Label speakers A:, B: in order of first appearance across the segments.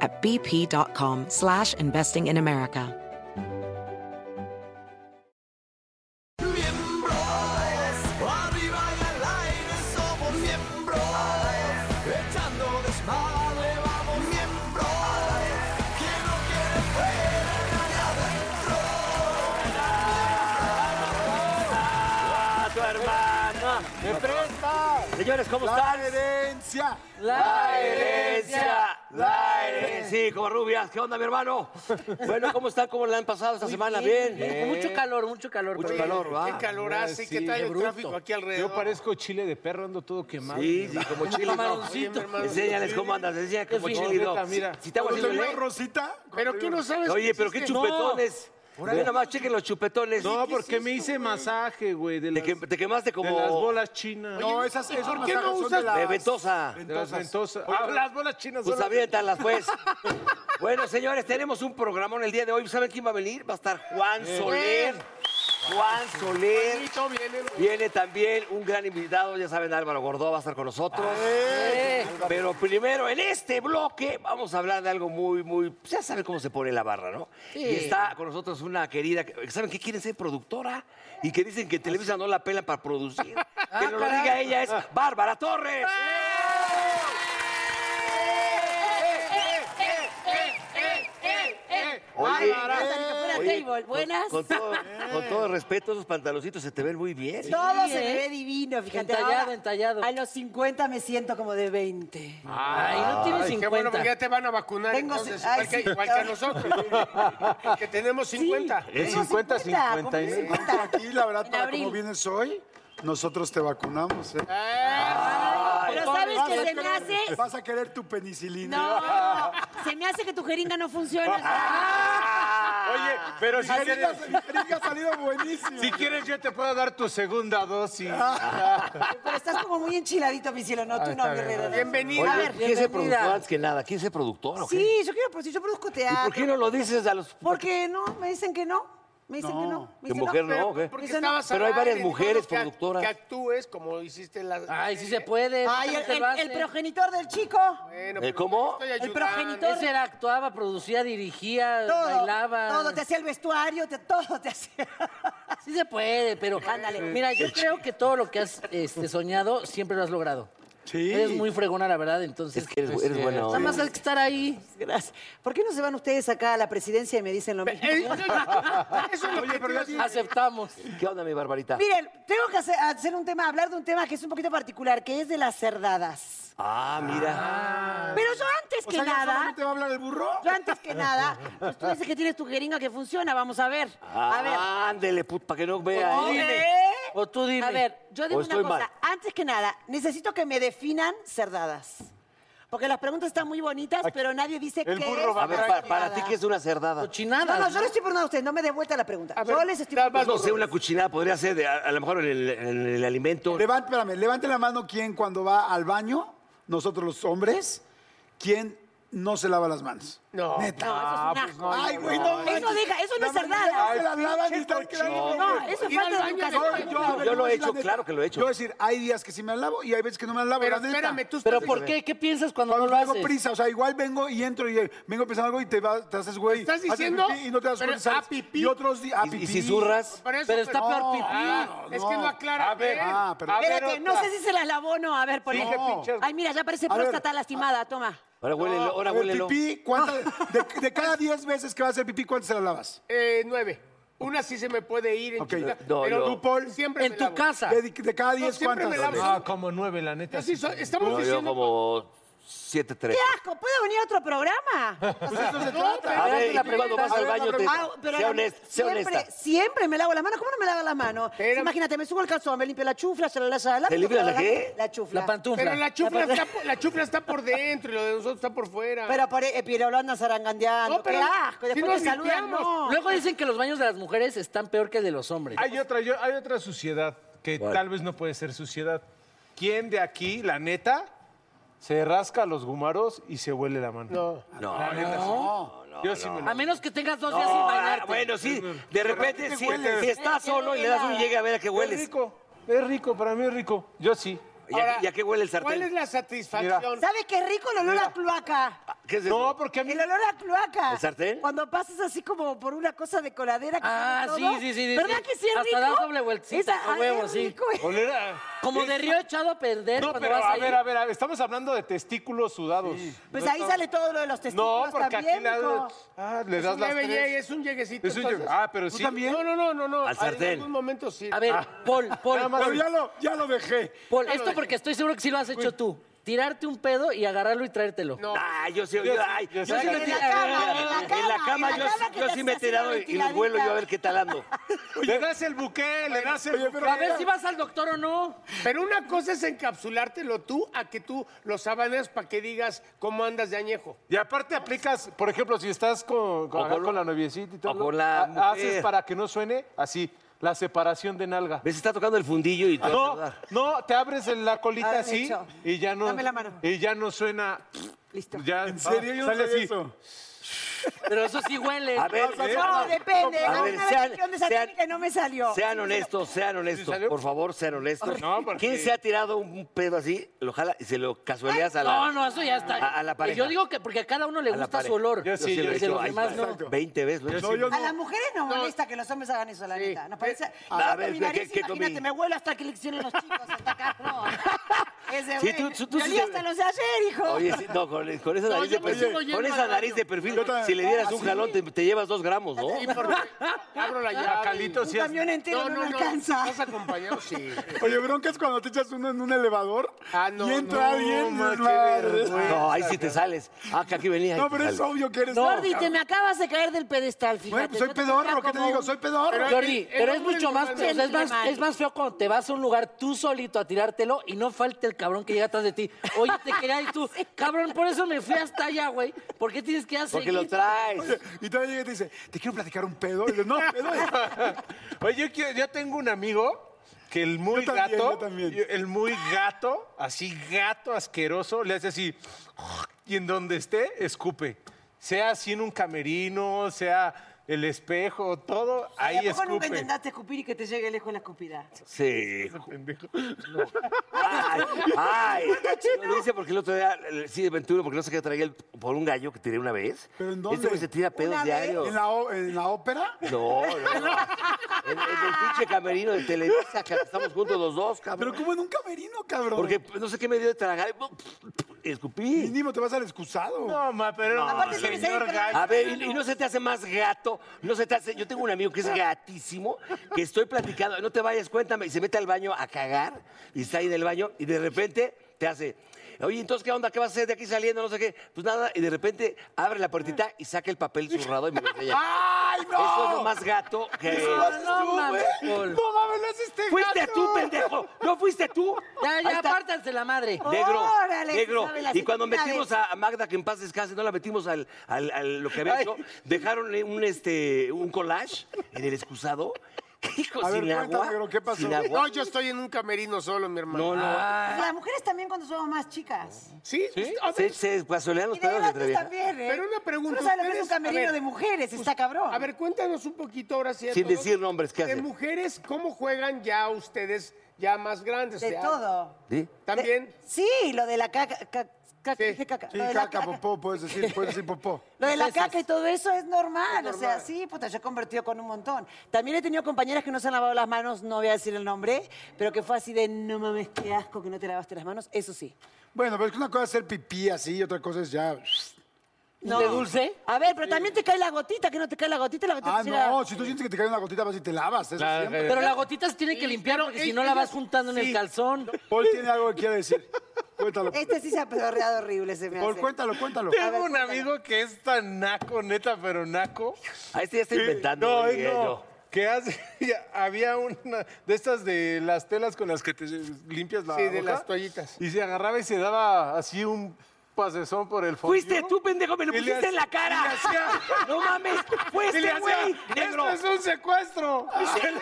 A: at bp.com slash investing in America.
B: Miembros, arriba y al aire somos miembros, echando desmadre vamos miembros, que no quede fuera nadie adentro.
C: tu hermana. ¡Me presta! Señores, ¿cómo
B: La
C: están?
B: herencia,
C: La herencia. La herencia. Sí, como rubias. ¿Qué onda, mi hermano? Bueno, ¿cómo están? ¿Cómo la han pasado esta semana? Bien.
D: Con mucho calor, mucho calor.
C: Mucho
D: pero-
C: calor, va.
E: Qué calor
F: Eh,
E: hace, qué tal el tráfico aquí alrededor.
F: Yo parezco chile de perro, ando todo quemado.
C: Sí, sí, como chile.
D: Camaroncito.
C: No. Enséñales cómo andas. Enséñales como
F: Sí,
C: chile. no.
F: neta, mira.
C: Si, si te hago así,
B: ¿Cuando te
C: ¿no?
B: vio Rosita?
E: Pero tú no sabes.
C: Oye, pero qué chupetones. Ve nada más, chequen los chupetones.
F: No, porque me hice masaje, güey, de,
C: Te,
F: las-
C: que- te quemaste como...
F: de las bolas chinas.
B: No, esas, esas
E: ¿por qué no
B: masajes son
E: usas-
B: de las-
C: De ventosa.
F: de las ventosas. Ah, las bolas chinas
C: Pues
F: son las-
C: aviéntalas, pues. bueno, señores, tenemos un programón el día de hoy. ¿Saben quién va a venir? Va a estar Juan Soler. Juan Soler. Viene también un gran invitado, ya saben, Álvaro Gordó va a estar con nosotros. Ah, Pero primero, en este bloque, vamos a hablar de algo muy, muy. pues Ya saben cómo se pone la barra, ¿no? Y está con nosotros una querida. que- ¿Saben qué quieren ser productora? Y que dicen que Televisa no la pela para producir.
E: Ah,
C: que no lo diga ella, es Bárbara Torres. Oye,
D: Buenas.
C: Con todo, con todo respeto, esos pantaloncitos se te ven muy bien.
G: Todo
D: Sí,
G: se me
D: ¿eh?
G: ve divino, fíjate.
D: Entallado,
G: ahora,
D: entallado.
G: A los 50 me siento como de 20.
D: Ay, no tiene
E: Qué
D: 50.
E: bueno, porque ya te van a vacunar.
G: Tengo
E: entonces,
G: ci- ay,
E: igual, que,
G: sí.
E: igual que a nosotros. que tenemos 50.
F: Eh,
G: Tengo
F: 50,
G: compré
F: 59.
G: 50.
B: Aquí, la verdad,
G: En
B: para
G: abril.
B: como vienes hoy, nosotros te vacunamos. ¿eh?
G: Pero sabes
B: Vas a
G: que se me
B: querer-
G: hace...
B: Vas a querer tu penicilina.
G: No, se me hace que tu jeringa no funciona.
F: Oye, pero si
B: Mi jeringa,
F: quieres,
B: mi jeringa ha salido buenísimo.
F: si quieres, yo te puedo dar tu segunda dosis.
E: Ah.
G: Pero estás como muy enchiladito, mi cielo.
C: Ah,
G: No, tú no, guerrero. no.
E: Bienvenida.
C: Oye,
G: A ver,
C: ¿quién se
G: bienvenida.
C: productor antes que nada? ¿Quién se productor o qué?
G: Sí, yo quiero, pues yo produzco
C: ¿Y
G: teatro.
C: por qué no lo dices a los.?
G: Porque no, me dicen que no. Me dicen que no. Me
C: ¿Que
G: dicen
C: mujer no? o qué?
E: Porque
G: Eso no.
E: estabas al
C: Pero hay
E: aire,
C: varias
E: ni modo
C: mujeres
E: que-
C: productoras.
E: Que actúes como hiciste la. eh,
D: Ay, sí se puede.
G: Ay,
D: ¿cómo
G: el,
D: te lo
G: el- el
D: hace?
G: progenitor del chico.
E: Bueno,
B: pues,
C: Eh,
E: pero
C: ¿cómo?
E: estoy
G: El
E: ayudando.
G: progenitor.
D: Ese era, actuaba, producía, dirigía,
G: Todo.
D: bailaba.
G: Todo, te hacía el vestuario, te- todo te hacía.
D: Sí se puede, pero
G: Ándale.
D: mira, yo creo que todo lo que has este, soñado siempre lo has logrado.
B: Sí.
D: Eres muy fregona, la verdad, entonces.
C: Es que eres, eres buena
D: Nada
C: onda.
D: más hay que estar ahí.
G: Gracias. ¿Por qué no se van ustedes acá a la presidencia y me dicen lo mismo?
E: Eh, yo- yo- Eso es lo que te iba a decir.
D: Aceptamos.
C: ¿Qué onda, mi barbarita?
G: Miren, tengo que hacer, hacer un tema, hablar de un tema que es un poquito particular, que es de las cerdadas.
C: Ah, mira.
F: Ah.
G: Pero yo antes
B: O
G: que
B: sea, ¿ya
G: nada,
B: solamente va a hablar el burro?
G: yo antes que nada, pues tú dices que tienes tu jeringa que funciona, vamos a ver. A ver.
D: Ah,
C: Ándele, put, para que no vea.
G: ¿eh?
D: O tú dime.
G: A ver, yo digo
C: O
G: una
C: estoy
G: cosa.
C: mal.
G: Antes que nada, necesito que me definan cerdadas. Porque las preguntas están muy bonitas, pero nadie dice
F: El
G: qué
F: burro
G: es
F: va
C: A ver,
G: una
C: para, para
G: cerdada.
C: ti, ¿qué es una cerdada?
D: Cochinadas.
G: No, no, yo no estoy por nada a ustedes, no me dé vuelta la pregunta.
E: ver,
G: yo les estoy
E: nada más
C: Pues no sé, una cuchinada podría ser, de, a, a lo mejor en el, en el alimento.
B: Levante, espérame, levante la mano quien cuando va al baño, nosotros los hombres, quien no se lava las manos.
E: No.
B: Neta.
F: Ah, pues
G: No, eso es un asco.
B: Ay, güey, no.
G: Eso
B: manches.
G: deja- eso no
B: La
G: es
B: mayoría
G: cerdada.
B: no se la lavan y están quedando
G: No,
B: como-
G: eso es
E: Ir al
G: falta
E: baño
G: de
E: de-
G: educación.
B: Yo, yo, a ver,
C: Yo
B: voy
C: lo
B: a
C: he
B: decir la
C: hecho,
B: neta.
C: claro que lo he hecho.
B: Yo voy a decir, hay días que sí me la lavo y hay veces que no me la lavo.
E: Pero
B: la neta.
E: espérame, tú
D: ¿Pero
E: estás-
D: por qué? ¿Qué piensas cuando,
B: Cuando
D: no lo
B: tengo
D: haces?
B: prisa, o sea, igual vengo y entro y eh, vengo pensando algo y te, va- te haces güey.
E: ¿Estás
B: haces
E: diciendo?
B: pipí Y no te das
E: Pero
B: cuenta. ¿sabes?
E: a pipí.
B: Y otros días.
C: Y- y si zurras.
E: Por eso,
D: Pero está
E: pero-
D: peor pipí.
E: Ah, Es que no aclara.
F: A ver,
E: bien.
B: Ah, pero.
F: a ver
G: Espérate, no
F: otra.
G: sé si se las lavó o no. A ver, por
F: Dije,
G: ejemplo.
F: pinches-
G: Ay, mira, ya parece
B: A ver,
G: próstata lastimada, toma.
C: Ahora huélelo, ahora
B: A ver,
C: huélelo.
B: pipí, ¿cuánta- de, de cada 10 veces que vas a hacer pipí, ¿cuántas se la lavas?
E: Eh, nueve. Una sí se me puede ir en
B: Ok.
E: chiquita,
C: No,
E: pero
C: yo-
E: tú, Paul, siempre
D: En
E: me
D: tu
E: lavo.
D: casa.
B: De, de cada 10,
E: siempre me
B: ¿cuántas?
E: lavo.
F: Ah, como nueve, la neta.
E: Yo sí
F: sí.
E: soy- estamos
C: No, yo
E: diciendo...
C: como 7-3.
G: ¡Qué asco! ¿Puede venir otro programa? O sea,
E: No, pero-
C: A ver,
D: Hazme la
C: ¿y cuando
D: pregunta.
C: vas al baño, te...
G: ah, pero
C: sea,
G: la-
C: honest- sea
G: siempre,
C: honesta.
G: siempre me lavo la mano. ¿Cómo no me lavo la mano?
E: Pero-
G: Imagínate, me subo el calzón, me limpio la chufla, se la la- la-
C: ¿Te limpias la qué?
G: La chufla.
D: La pantufla.
E: Pero la chufla,
G: La-
E: está, por- la chufla está por dentro y lo de nosotros está por fuera.
G: Pero, por, eh, pero lo andan zarangandeando.
E: No, pero-
G: ¡Qué
E: si
G: asco! Después
E: nos
G: te saludan,
E: limpiamos.
G: no.
D: Luego dicen que los baños de las mujeres están peor que el de los hombres.
F: Hay otra, yo- hay otra suciedad que
C: ¿Cuál?
F: tal vez no puede ser suciedad. ¿Quién de aquí, la neta, se rasca los gumaros y se huele la mano? No.
C: No,
F: La neta, sí. Yo sí me
D: A
F: lo...
D: menos que tengas dos días sin
C: Ah,
D: bañarte.
C: bueno, sí, de repente, si, si estás solo y le das un llegue a ver a qué
F: Es
C: hueles.
F: rico, es rico, para mí es rico. Yo sí.
C: ¿Y a, y a qué huele el
E: ¿Cuál es
C: sartén?
E: la satisfacción?
G: ¿Sabes qué rico el olor a cloaca?
C: Ah, ¿Qué es eso?
F: No, porque a mí...
G: El olor a cloaca.
C: ¿El sartén?
G: Cuando pasas así como por una cosa de coladera. que
D: Ah,
G: tiene todo.
D: sí, sí, sí, sí,
G: ¿Verdad
D: sí.
G: que sí es
D: Hasta
G: rico?
D: das doble vueltita,
G: Esa-
D: a
G: ah,
D: huevo,
G: es
D: sí.
G: rico, eh.
F: Oler a-
D: Como de río echado a perder
F: No,
D: cuando
F: pero
D: vas
F: a
D: ahí.
F: ver, a ver, a ver, estamos hablando de testículos sudados.
G: Pues ahí sale todo lo de los testículos
F: No, porque
G: también,
F: aquí la-
G: mijo.
F: ah, le
E: Es
F: das
E: un
F: las
E: leve
F: tres.
E: llegue, es un lleguecito.
F: Es un
E: entonces-
F: llegue- Ah, pero
E: ¿Tú
F: sí.
E: también? No, no, no, no, no.
C: Al sartén.
E: En algún momento sí.
D: A ver,
C: Ah.
D: Paul, Paul,
F: Nada más-
B: Pero
D: Paul,
B: ya lo, ya lo dejé.
D: Paul, esto porque estoy seguro que sí lo has hecho tú. Tirarte un pedo y agarrarlo y traértelo.
E: No.
C: Ah, yo sí, yo,
F: Yo sí,
C: ay,
F: yo
C: yo
F: sí.
C: sí
F: En
G: la
C: me he tirado.
G: cama, en la
C: En la
G: cama,
C: cama
G: en la
C: yo,
G: cama que
C: yo
G: te
C: sí me he
G: haces así
C: tirado
G: la
C: y le vuelo yo a ver qué tal ando.
F: Le das el buque, le das el
B: Oye,
F: buque.
B: pero
D: A ver si vas al doctor o no.
E: Pero una cosa es encapsulártelo tú a que tú lo sabaneas para que digas cómo andas de añejo.
F: Y aparte aplicas, por ejemplo, si estás con, con,
C: O con-
F: con la noviecita y todo,
C: o con la
F: ha- haces
C: mujer.
F: para que no suene así, la separación de nalga.
C: ¿Ves? Está tocando el fundillo y
F: No,
C: todo.
F: no, te abres en la colita
G: Ah,
F: así
G: hecho.
F: y ya no
G: Dame la mano.
F: y ya no suena.
G: Listo.
F: Ya,
B: ¿En serio? Yo no
F: sale
B: sabía
F: así.
B: eso.
D: Pero eso sí huele.
C: A ver,
B: No,
G: No, depende.
C: A
G: A
C: ver,
G: una
C: sean-
G: versión de esa
C: sean-
G: técnica y no me salió.
C: Sean honestos, sean honestos.
F: salió?
C: Por favor, sean honestos.
F: No, porque-
C: ¿Quién se ha tirado un pedo así, lo jala y se lo casueleas a la...
D: No, no, eso ya está.
C: A, a la pareja.
D: Yo digo que porque a cada uno le
C: A la
D: gusta
C: pareja.
D: su olor.
F: Yo sí,
D: Y
F: yo
D: de
F: sí,
D: los
C: ahí
D: demás
C: está.
D: no.
C: 20 veces. lo he hecho.
B: No, yo
G: A
B: no.
G: las mujeres nos molesta que los hombres hagan eso, la neta. Nos parece.
C: a
G: Yo
C: ver,
G: con mi nariz,
C: ¿qué- qué comí?
G: imagínate, me vuelo hasta que leccionen los chicos, hasta acá. No. Ese
C: Sí,
G: güey,
C: tú- tú- tú
G: me
C: sí
G: olía
C: te-
G: hasta los de ayer, hijo.
C: Oye, sí, no, con, con esa
D: No,
C: nariz
D: yo
C: de
D: me sigo
C: perfil.
D: yendo
C: Con
D: al
C: esa
D: baño.
C: nariz de perfil,
B: Yo también.
C: si le dieras un jalón, te, te llevas dos gramos, ¿no?
E: Sí, porque abro la llave.
F: Calito, sí
G: un
F: es-
G: camión entero no, me alcanza.
E: ¿Estás acompañado? Sí.
B: Oye, bronca es cuando te echas uno en un elevador
E: Ah, no,
B: y entra
E: no,
B: alguien. y
F: ma,
B: es
F: qué
B: la-
F: vergüenza.
C: No, ahí sí te sales. Ah, que aquí venía. ahí
B: No,
C: te
B: pero es
C: sales.
B: obvio que eres.
G: Jordi, te me acabas de caer del pedestal, fíjate.
B: Bueno, pues soy
G: Yo te
B: pedorro,
G: veía
B: ¿qué te
G: como
B: digo?
G: un-
B: Soy pedorro.
D: Jordi,
E: el
D: pero es
E: hombre
D: mucho más,
E: normal.
D: o sea, es más,
G: Gentleman.
D: es más feo cuando te vas a un lugar tú solito a tirártelo y no falta el cabrón que llega atrás de ti. Oye, te quería y tú, cabrón, por eso me fui hasta allá, güey. ¿Por qué tienes que hacer?
C: Porque lo traes.
B: Y todavía llega y te dice, te quiero platicar un pedo. Y yo, no, pedo.
F: Oye, yo, quiero- yo tengo un amigo que el muy
B: Yo también,
F: gato,
B: yo también.
F: yo- el muy gato, así gato asqueroso, le hace así y en donde esté escupe. Sea así en un camerino, sea el espejo, todo,
G: Ay,
F: ahí
G: ¿A poco
F: escupe.
G: nunca intentaste escupir y que te llegue lejos la escupida?
C: Sí. Ay, ay. Lo dice porque el otro día, el- sí, de Ventura, porque no sé qué traía el- por un gallo que tiré una vez.
B: ¿Pero en
C: Este
B: dónde?
C: güey se tira pedos
G: ¿Una vez?
C: diarios.
B: ¿En la, o- en la ópera?
C: No, no, no. En, en el pinche camerino de Televisa, que estamos juntos los dos, cabrón.
B: Pero como en un camerino, cabrón.
C: Porque pues, no sé qué me dio de tragar. y- y Escupí.
B: mínimo te vas al excusado.
F: No, ma, pero era un
G: Aparte tienes ahí
F: señor
G: con la-
F: gato.
C: A ver, ¿y, y no se te hace más gato? ¿No se te hace? Yo tengo un amigo que es gatísimo, que estoy platicando, no te vayas, cuéntame, y se mete al baño a cagar, y está ahí en el baño, y de repente te hace, oye, entonces, ¿qué onda? ¿Qué vas a hacer de aquí saliendo? No sé qué. Pues nada, y de repente abre la puertita y saca el papel zurrado y me lo enseña.
B: ¡Ay, no!
C: Eso es lo más gato que...
B: Eso lo haces
D: No,
B: tú,
D: mames,
B: güey.
D: Paul.
B: No mames, lo haces este
C: ¡Fuiste
B: gato.
C: tú, pendejo! ¡No fuiste tú!
D: Ya,
C: Ahí
D: ya,
C: está.
D: apártanse la madre.
C: Negro,
G: Órale, se
C: negro.
G: sabe las
C: Y cuando
G: intimidades.
C: metimos a a Magda, que en paz descanse, no la metimos al, al- al- lo que había
F: Ay.
C: hecho, dejaron un, este, un collage en el excusado. Hijo,
B: A ver,
C: sin agua.
B: cuéntame, negro, ¿qué pasó?
C: Sin agua.
E: No, yo estoy en un camerino solo, mi hermano.
C: No, no.
G: Las mujeres también cuando somos más chicas.
E: ¿Sí? A ver,
C: Se, se pasolean los
G: Y de
C: pedos de
G: grandes
C: Treviño.
G: también, ¿eh?
E: Pero una pregunta,
G: Tú no sabes lo que es un
E: ustedes- a
G: camerino
E: ver, pues,
G: de mujeres, está cabrón.
E: a ver, cuéntanos un poquito ahora sí. a
C: Sin
E: todos,
C: decir nombres, ¿qué
E: De
C: hacen?
E: mujeres, ¿cómo juegan ya ustedes, ya más grandes?
G: de
E: Ya-
G: todo.
C: ¿Sí?
E: También.
G: Sí, lo de la caca. ca- Caca, dije caca.
B: Sí,
G: Lo de la
B: caca, popó, puedes decir, puedes decir popó.
G: Lo de la caca y todo eso es normal, o sea, sí, puta, yo he convertido con un montón. También he tenido compañeras que no se han lavado las manos, no voy a decir el nombre, pero que fue así de, no mames, qué asco que no te lavaste las manos, eso sí.
B: Bueno, pero es que una cosa es hacer pipí así y otra cosa es ya.
G: No.
D: ¿De dulce?
G: A ver, pero también te cae la gotita, que no te cae la gotita, la gotita
B: Ah,
G: te llega-
B: no, si tú sientes que te cae una gotita, vas y te lavas. Eso
F: Claro,
B: siempre.
D: Pero la gotita se tiene que limpiar porque si no la vas juntando en el calzón.
B: Paul tiene algo que quiere decir. Cuéntalo.
G: Este sí se ha pedorreado horrible, se me
B: Paul,
G: hace.
B: cuéntalo, cuéntalo.
F: Tengo
G: ver,
F: un
G: cuéntalo.
F: amigo que es tan naco, neta, pero naco.
C: A este ya está inventando.
F: No, eh,
C: güey,
F: no.
C: yo.
F: Que hace, había una de estas de las telas con las que te limpias la
E: Sí, de
F: boca,
E: las toallitas.
F: Y se agarraba y se daba así un pasezón por el fondo.
C: Fuiste tú, pendejo, me lo
F: Y le
C: pusiste
F: hacía-
C: en la cara.
F: y le hacía-
C: No mames, fue
F: Y le
C: este
F: hacía,
C: güey, negro.
F: ¡Esto es un secuestro!
C: Te,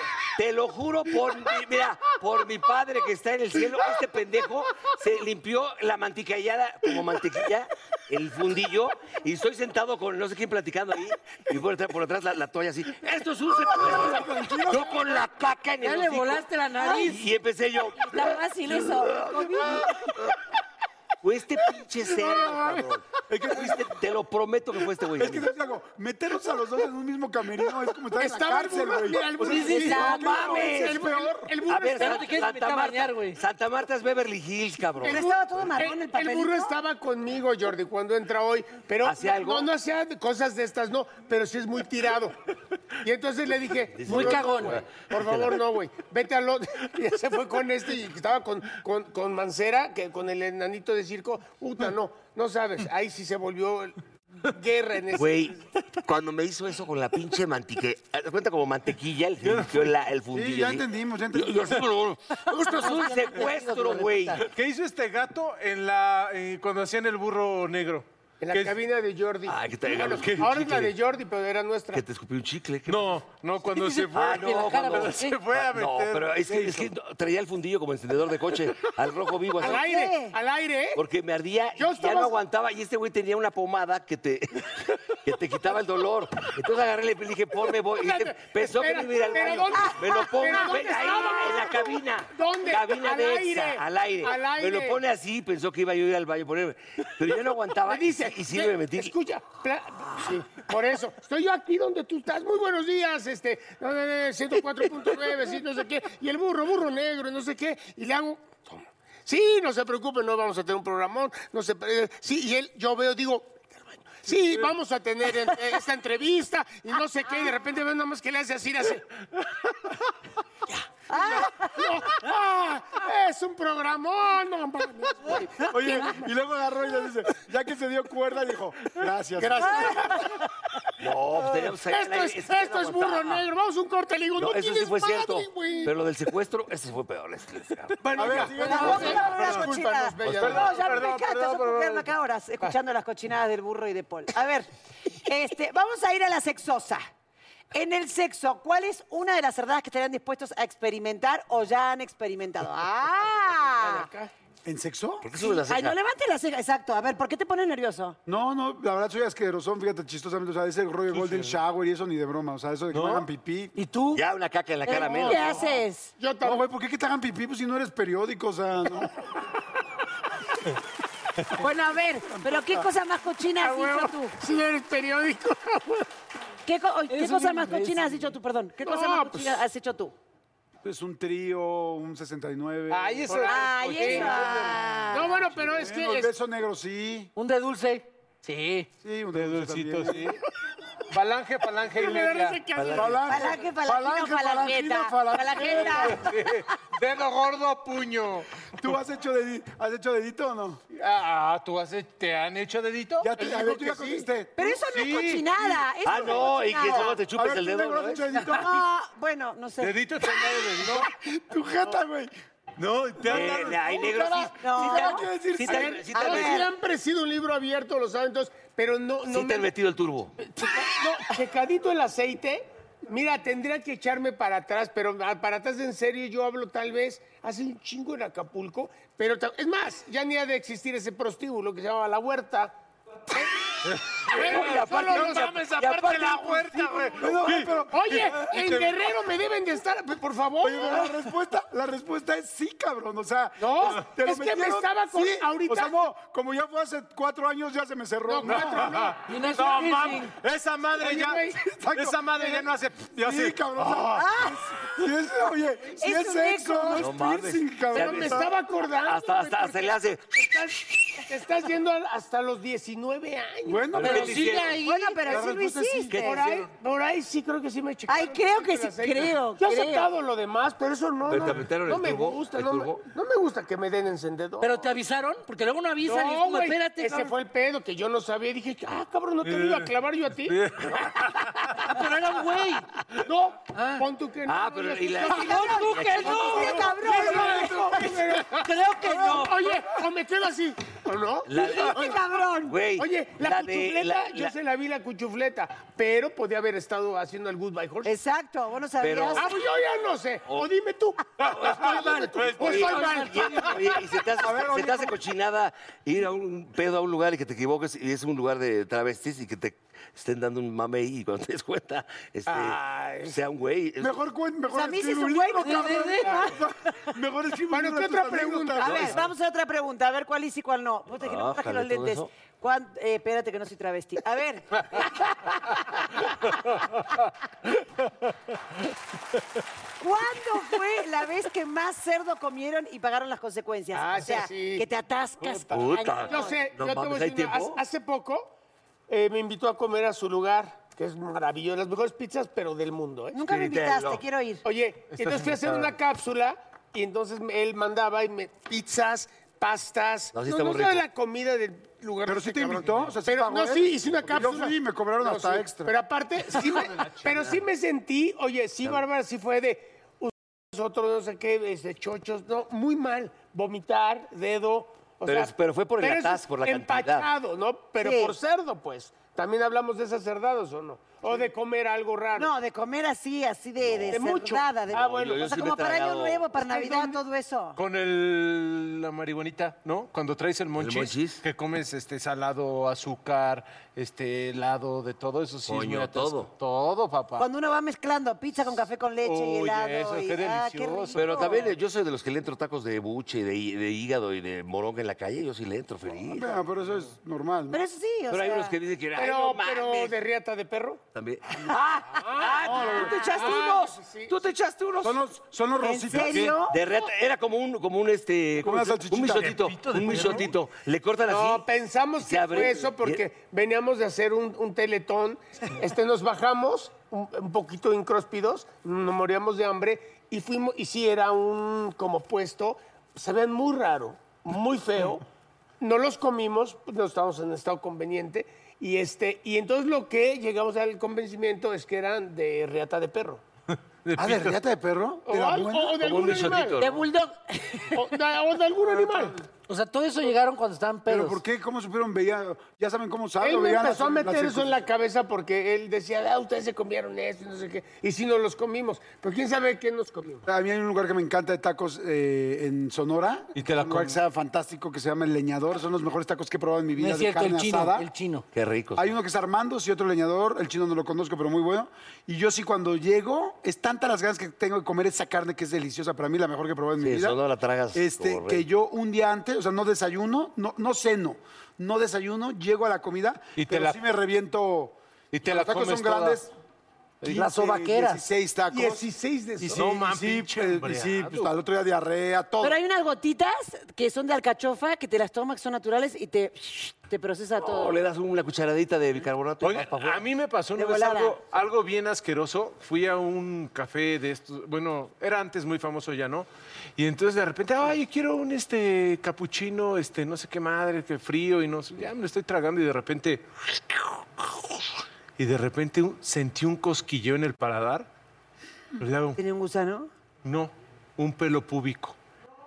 C: te lo juro por mi, mira, por mi padre que está en el cielo, este pendejo se limpió la manticallada como mantequilla, el fundillo, y estoy sentado con no sé quién platicando ahí, y por, atrás- por atrás la, la toalla así, esto es un secuestro. Yo con la caca en el
D: Ya le
C: hocico.
D: volaste la nariz.
C: Y empecé yo,
H: Está fácil eso.
C: fue este pinche cerdo, cabrón.
B: Es que-
C: Fue este- te lo prometo que fue este güey.
B: Es que te digo algo, meterlos a los dos en un mismo camerino es como estar en la cárcel, güey.
E: mira, el
B: O sea,
E: burro-
B: sí, sí,
C: Pues no
B: sí,
C: "Ah, mames.
B: Es peor.
E: El
C: A
E: burro
C: ver,
E: estaba-
D: pero
C: Santa,
D: te quieres meter
C: Santa
D: a
C: Marta,
D: bañar, güey.
C: Santa Marta es Beverly Hills, cabrón.
G: Pero estaba todo marrón el
E: El, el
G: papelito.
E: burro estaba conmigo, Jordi, cuando entra hoy, pero
C: ¿Hacía algo?
E: no, no hacía cosas de estas, no, pero sí es muy tirado. Y entonces le dije,
D: Muy
E: "Burro,
D: cagón.
E: güey, Por favor, no, güey. Vete al otro. Y ya se fue con este y estaba con, con, con Mancera, que con el enanito de circo. Puta, no, no sabes. Ahí sí se volvió guerra en ese.
C: Güey, cuando me hizo eso con la pinche mantequilla, ¿te cuenta como mantequilla el, el, el fundillo?
B: Sí, ya
C: así?
B: entendimos, ya entendimos.
C: Yo- yo sí me lo- Esto es un secuestro, güey.
F: ¿Qué hizo este gato en la, eh, cuando hacían el burro negro?
E: En la
F: Que es-
E: cabina de Jordi.
C: Ay, que te-
E: Bueno,
C: que-
E: Ahora es la de Jordi, pero era nuestra.
C: Que te escupí un chicle. ¿qué
F: No, no, cuando se fue.
C: Ah, no,
D: cara,
C: cuando-
D: ¿por qué?
F: se fue a meter.
C: No, pero es que, es que no, traía el fundillo como encendedor de coche, al rojo vivo. así,
E: Al aire, al aire, ¿eh?
C: Porque me ardía y
E: Yo
C: ya no
E: estaba-
C: aguantaba. Y este güey tenía una pomada que te, que te quitaba el dolor. Entonces agarré y le dije, ponme, voy. Y dije, pensó que me
E: Espera,
C: iba a ir al
E: ¿pero
C: baño.
E: dónde-
C: me lo pongo
E: pero dónde
C: ahí,
E: estaba?
C: en la cabina.
E: ¿Dónde?
C: Cabina
E: Al
C: de
E: aire,
C: Exa, al aire.
E: al aire.
C: Me lo pone así, pensó que iba yo a ir al baño. ponerme. Pero yo no aguantaba.
E: Me dice.
C: y, y sí me metí.
E: Escucha. pla- sí, por eso. Estoy yo aquí donde tú estás. Muy buenos días, este. no, no, no, 104.9, sí, no sé qué. Y el burro, burro negro, no sé qué. Y le hago. toma. Sí, no se preocupe, no vamos a tener un programón. No se pre- sí, y él, yo veo, digo. "Vete al baño". Sí, vamos a tener eh, esta entrevista y no sé qué, y de repente veo nada más que le hace así, le hace. ¡Ah! ¡Es un programón! No, mames, güey.
B: Oye, y luego agarró y le dice, ya que se dio cuerda, dijo, gracias.
E: Gracias.
C: No, pues teníamos ahí al
E: Esto
C: aire,
E: es,
C: que yo no
E: esto es burro
C: aguantaba.
E: negro. Vamos a un corte. Le digo, no,
C: No, eso sí
E: tienes
C: fue
E: padre,
C: cierto.
E: güey.
C: Pero del secuestro, ese fue peor. les- les-
B: Bueno, a ver,
G: No,
B: sigamos.
G: no, no, una cochinada.
E: Discúlpanos, Bella.
G: No, ya
F: Perdón,
G: me
F: perdón,
G: encanta, yo
F: perdón.
G: puedo quedarme acá horas escuchando las cochinadas del burro y de Paul. A ver, este, vamos a ir a la sexosa. En el sexo, ¿cuál es una de las cerdadas que estarían dispuestos a experimentar o ya han experimentado? ¡Ah!
B: ¿En sexo?
C: ¿Por qué subes la
G: Ay,
C: ceja?
G: no levantes la ceja. Exacto. A ver, ¿por qué te pones nervioso?
B: No, no, la verdad soy asquerosón, fíjate, chistosamente, o sea, ese rollo Golden Shower y eso ni de broma, o sea, eso de que me hagan pipí.
G: ¿Y tú? Eh,
C: Ya una caca en la cara menos.
G: ¿Qué haces?
E: Yo
B: No,
E: también.
B: güey, ¿por qué que te hagan pipí pues, si no eres periódico? O sea, no.
G: Bueno, a ver, pero ¿qué cosa más cochina has dicho tú?
E: Si eres periódico.
G: ¿Qué, co- ay, ¿qué
D: Eres un
G: cosa más
D: imbécil.
G: cochina has dicho tú? Perdón. ¿Qué cosa
E: No,
G: más
E: pues-
G: cochina has hecho tú?
B: Es pues, un trío, un 69.
F: Ay, eso.
G: Ay, esa.
E: No, bueno, pero es
B: Bueno,
E: que.
B: el
E: es-
B: beso negro, sí.
D: Un de dulce. Sí.
B: Sí, un
F: De
B: dulce
F: dulcito,
B: también.
F: sí. Falange, falange y
E: me da risa
F: media.
E: que hace-
B: Falange,
G: Falange, falangino, falangeta. Falangeta.
F: Dedo gordo, puño.
B: ¿Tú has hecho, dedi- has hecho dedito o no?
F: Ah, ¿tú has, te han hecho dedito?
B: Ya te,
F: Él
B: a
F: dijo
B: ver, tú
F: que
B: ya
F: sí.
B: contesté.
G: Pero eso no es
F: Sí.
G: cochinada. eso
C: Ah,
G: es
C: no, y que
G: cochinada.
C: luego te
B: A
C: chupes
B: ver,
C: el
B: ¿tú
C: dedo.
B: negro has
C: ¿no?
B: hecho dedito?
G: Ah, bueno, no sé.
F: Dedito te han dado dedito.
B: Tu jeta, güey.
F: No, te han dado.
C: Eh, Ay, negro, sí.
G: No.
C: sí te-
B: Ahora quiero decir
C: sí
B: sí.
C: te-
E: A ver,
C: sí te-
E: a ver,
C: sí
E: siempre ha sido un libro abierto, lo saben todos, pero no. no
C: te han metido el turbo.
E: Checa- no, checadito el aceite. Mira, tendría que echarme para atrás, pero ah, para atrás en serio yo hablo tal vez hace un chingo en Acapulco, pero ta- es más, ya ni ha de existir ese prostíbulo que se llamaba La Huerta.
C: Güey, aparte,
E: solo
C: no
E: los-
C: mames,
E: y
C: aparte
E: aparte
C: la
E: un
C: puerta,
E: círculo,
C: güey.
E: ¿no?
C: Sí.
E: Oye,
C: Y
E: en
C: te-
E: Guerrero me deben de estar, por favor.
B: Oye, pero la respuesta, la respuesta es sí, cabrón. O sea,
E: No,
B: te lo
E: es que me
B: metieron,
E: estaba con-
B: sí,
E: ahorita-
B: O sea, no, como ya fue hace cuatro años, ya se me cerró.
E: No, cuatro, no.
D: Y no es
F: No,
D: un
F: mames.
D: piercing.
F: Esa madre
E: Oye,
F: ya.
E: güey,
B: exacto.
F: Esa madre ya no hace. Ya
B: Sí,
F: hace-
B: cabrón. o sea, Ah.
E: ah.
B: si es, oye, si
G: Es
B: es,
G: un
B: sexo,
G: eco.
B: no
C: No
B: es
C: mames.
B: piercing,
E: Pero
B: cabrón.
E: me
B: o sea,
E: estaba acordando.
C: Hasta,
E: güey,
C: hasta,
E: porque
C: hasta le hace.
E: estás- Te estás yendo al- hasta los 19 años.
B: Bueno,
C: ¿Pero
D: Pero
C: qué te
D: sigue
C: hicieron?
D: ahí.
G: Bueno, pero
B: La
G: sí lo
B: respuesta es sí.
G: hiciste.
C: ¿Qué?
E: Por ahí, por ahí sí creo que sí me checaron.
G: Ay, creo que sí,
E: Las seis.
G: creo,
E: Yo he
G: creo.
E: aceptado lo demás, pero eso no,
C: ¿Pero
E: no,
C: te metieron
E: no
C: el
E: me
C: turbo?
E: gusta.
C: ¿El
E: No, me-
C: turbo?
E: no me gusta que me den encendedor.
D: Pero te avisaron, porque luego no avisan y es
E: no,
D: como,
E: güey,
D: espérate.
E: ese
D: cabrón.
E: fue el pedo que yo no sabía. Y Dije, ah, cabrón, ¿no te lo iba a clavar yo a ti?
D: Ah, pero era un güey.
E: No, pon tú que no.
C: Ah,
E: no,
C: pero
E: ya
C: y la-
E: estoy-
G: No, no,
D: Tú que no.
G: Este cabrón.
D: Creo que no.
E: Oye, o me quedo así, ¿o no?
C: La-
G: Este cabrón.
C: Güey,
E: Oye, la,
C: de-
E: cuchufleta,
C: la-
E: yo
C: la-
E: se la vi la cuchufleta, pero podía haber estado haciendo el goodbye horse.
G: Exacto, vos no
C: Pero-
G: sabías.
E: Ah, pues yo ya no sé. O dime tú. O dime tú. O
C: Oye,
E: estoy mal.
C: oye, y se te hace,
B: ver,
C: se
B: oye,
C: te hace cochinada ir a un pedo a un lugar y que te equivoques y es un lugar de travestis y que te estén dando un mame y cuando te des cuenta, este,
E: Ay.
C: sea un güey.
B: Mejor, cuen- mejor
G: a mí sí
B: escribe
G: es
B: un
G: un güey,
B: libro,
G: de- de- de-
B: cabrón. Mejor escribe
E: Bueno,
B: un libro.
E: ¿qué
B: de tus
E: otra pregunta?
B: anécdotas.
G: A ver, vamos a otra pregunta, a ver cuál hice y cuál no. Puta, que no me traje
C: Ájale,
G: los
C: todo
G: lentes.
C: eso.
G: ¿Cuán- eh, espérate que no soy travesti. A ver, ¿cuándo fue la vez que más cerdo comieron y pagaron las consecuencias?
E: Ah,
G: o sea,
E: sí, sí.
G: que te atascas.
C: Puta.
E: Yo sé,
C: No
E: yo te
C: mames,
E: voy a
C: ¿hay
E: decir una-
C: tiempo?
E: hace- Hace poco eh, me invitó a comer a su lugar, que es maravilloso, las mejores pizzas, pero del mundo, ¿eh?
G: Nunca me
C: Pirinelo.
G: invitaste, quiero ir.
E: Oye, entonces fui a hacer una cápsula y entonces me- él mandaba y me, pizzas, pastas.
C: No, sí está
E: no,
C: muy
E: sabe
C: rico.
E: la comida del lugar.
B: Pero
E: de
B: sí
E: este
B: te
E: cabrón.
B: invitó, o sea, sí
E: pero,
B: pagó
E: no,
B: él.
E: sí, hice una
B: Porque yo
E: cápsula.
B: fui y me cobraron
E: No,
B: hasta
E: sí,
B: extra.
E: Pero aparte, sí me, pero sí me sentí, oye, sí, Bárbara, sí fue de nosotros, no sé qué, este, chochos, no, muy mal. Vomitar, dedo. o
C: Pero
E: sea,
C: es- pero fue por el
E: pero es
C: atasco, por la cantidad.
E: Empachado, ¿no? Pero
G: Sí.
E: por cerdo, pues. También hablamos de esas cerdadas, ¿o no? O de comer algo raro.
G: No, de comer así, así de, de,
E: De mucho.
G: cerdada, de-
E: Ah, bueno,
C: yo
G: o sea,
C: sí me
G: como
C: he
G: para Año
C: tragado.
G: Nuevo, para
E: Es que
G: Navidad,
E: ¿dónde-
G: todo eso.
F: Con el, la marihuanita, ¿no? Cuando traes el monchis,
C: monchis?
F: que comes este salado, azúcar, este helado, de todo eso sí es
C: Coño,
F: muy atasco.
C: todo.
F: Todo, papá.
G: Cuando uno va mezclando pizza con café con leche y
F: Oye,
G: helado.
F: eso,
G: y-
F: qué
G: ah,
F: delicioso.
C: Pero
G: rico.
C: también eh, yo soy de los que le entro tacos de buche, de, hí- de hígado y de moronga en la calle. Yo sí le entro feliz.
B: Bueno, pero eso es normal. ¿no?
G: Pero eso sí, o
C: Pero hay
G: sea,
C: unos que dicen que. "Ay,
E: Pero,
C: no mames".
E: pero de riata de perro.
C: También.
G: pues. ¡Ah! ¡Te echaste
E: Ah,
G: unos!
E: sí, sí.
C: Tú te echaste unos.
B: Son los, son los
G: ¿En
B: rositas.
G: serio?
C: De reata- era como un, como un este,
B: Como una
C: ¿cómo se- un
B: salchichita.
C: misotito, un misotito. Le cortan así.
E: No, pensamos
C: se
E: que
C: abre,
E: fue eso porque veníamos de hacer un, un teletón, este, nos bajamos un, un poquito incróspidos, nos moríamos de hambre y fuimos, y sí, era un como puesto, se ven muy raro, muy feo, no los comimos, pues, no estábamos en estado conveniente, y, este, y entonces lo que llegamos al convencimiento es que eran de reata de perro.
B: ¿Ah, de riata de perro?
E: O,
B: ¿De la
E: al-
B: buena?
E: o de
C: Como un
E: algún
C: misotito.
E: animal.
D: De bulldog.
E: O de- o de algún animal.
D: Ah, O sea, todo eso llegaron cuando estaban pedos.
B: ¿Pero por qué? ¿Cómo supieron? Veía, ya saben cómo saben.
E: Él me empezó a meter eso en la cabeza porque él decía, ah, ustedes se comieron eso y no sé qué. Y si no los comimos. Pero quién sabe qué nos comimos.
B: A mí hay un lugar que me encanta de tacos eh, en Sonora.
F: Y te la
B: un lugar
F: comes.
B: que sea fantástico, que se llama El Leñador. Son los mejores tacos que he probado en mi vida
D: No es
B: de
D: cierto, el
B: carne
D: chino,
B: asada.
D: el chino.
C: Qué rico.
B: Hay uno que es Armandos y otro leñador. El chino no lo conozco, pero muy bueno. Y yo sí, cuando llego, es tantas las ganas que tengo de comer esa carne que es deliciosa. Para mí, la mejor que he probado en
C: Sí,
B: mi vida.
C: eso no la tragas
B: Este,
C: como rey.
B: que yo un día antes, o sea, no desayuno, no, no ceno, no desayuno, llego a la comida,
F: Y te
B: pero
F: la-
B: sí me reviento.
F: y te
B: Los
F: la
B: tacos
F: comes
B: son
F: toda.
B: grandes.
D: Las
B: 15,
D: sobaqueras.
B: 16 tacos.
E: 16 de
B: Y
E: esos.
B: sí,
F: No,
B: y
F: man,
B: sí,
F: pinche
B: eh, y
F: hambreado.
B: sí, pues, al otro día diarrea, todo.
G: Pero hay unas gotitas que son de alcachofa, que te las tomas, que son naturales y te, te procesa todo.
C: O le das una cucharadita de bicarbonato. y
F: Oiga,
C: vas pa' afuera.
F: a mí me pasó
G: De
F: una vez algo,
G: volada.
F: algo bien asqueroso. Fui a un café de estos, bueno, era antes muy famoso ya, ¿no? Y entonces de repente, ay, quiero un este capuchino, este, no sé qué madre, que frío y no sé, ya me lo estoy tragando y de repente, y de repente un- sentí un cosquilleo en el paladar. Pero le hago,
G: ¿Tiene un gusano?
F: no, un pelo púbico.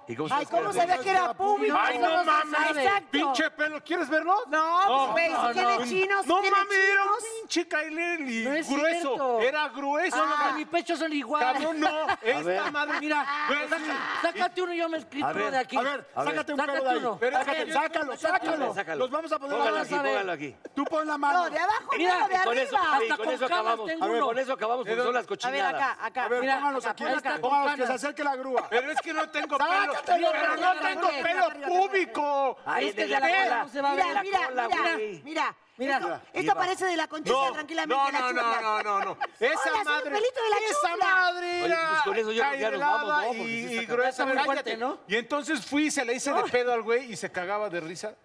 C: ¿Y cómo
G: Ay,
C: sabes que
G: ¿cómo
C: era
G: sabías que era público?
F: Ay,
G: ¿Cómo
F: no
G: se sabe?
F: mames,
G: Exacto.
F: pinche pelo. ¿Quieres verlo?
G: No, pues, güey, si tiene
F: no.
G: chinos, si
F: No
G: tiene
F: mames, era un
G: chinos.
F: pinche Kyler y
D: No es
F: grueso.
D: cierto.
F: Era grueso.
D: Ah, mis pechos son iguales.
F: Cabrón, no. Esta madre.
D: Mira,
F: Güey,
D: saca-
F: sí.
D: sácate uno y yo me escribo
C: A ver,
D: de aquí.
H: A ver, sácate un
D: Sácate
H: pelo de ahí.
D: uno.
F: Pero es
H: Sácate,
F: que-
H: sácalo, sácalo.
C: Sácalo.
H: Los vamos a poner
C: Póngalo
H: a
C: aquí,
D: a ver.
C: póngalo aquí.
H: Tú pon la mano.
G: No, de abajo,
D: Mira,
G: no, de
D: y
C: Con eso,
G: arriba.
D: Hasta
C: sí, con
D: con
C: eso
D: canas
C: acabamos.
D: tengo uno.
C: Con eso acabamos porque son las
G: A ver,
C: cochinadas.
G: acá, acá.
H: A ver,
D: Mira,
H: póngalos
D: acá,
H: aquí.
D: ahí está,
H: Póngalos que se
D: canas.
H: acerque la grúa.
F: Pero es que no tengo pelo.
H: Sácatelo,
F: Pero no tengo pelo público. Este
C: Ay,
D: Es que
C: de
D: ya
C: la
D: la
C: cola.
D: cola no se va a ver.
G: Mira,
C: la
G: mira,
C: cola,
G: mira,
C: güey.
G: mira.
D: Mira.
G: Esto,
D: Mira.
G: esto parece de la conchita tranquilamente.
F: no,
G: la
F: no,
G: chula.
F: no, no, no. Esa
G: Hola, soy el
F: madre.
G: pelito de la
F: esa
G: chufla.
F: madre.
C: Oye,
F: era
C: pues con eso ya- ya nos vamos,
F: cairelada
C: ¿no?
F: Y,
C: Porque sí está
F: y
C: cabrón.
F: gruesa,
D: Está muy
F: cállate.
D: fuerte, ¿no?
F: Y entonces fui y se le hice de pedo al güey y se cagaba de risa.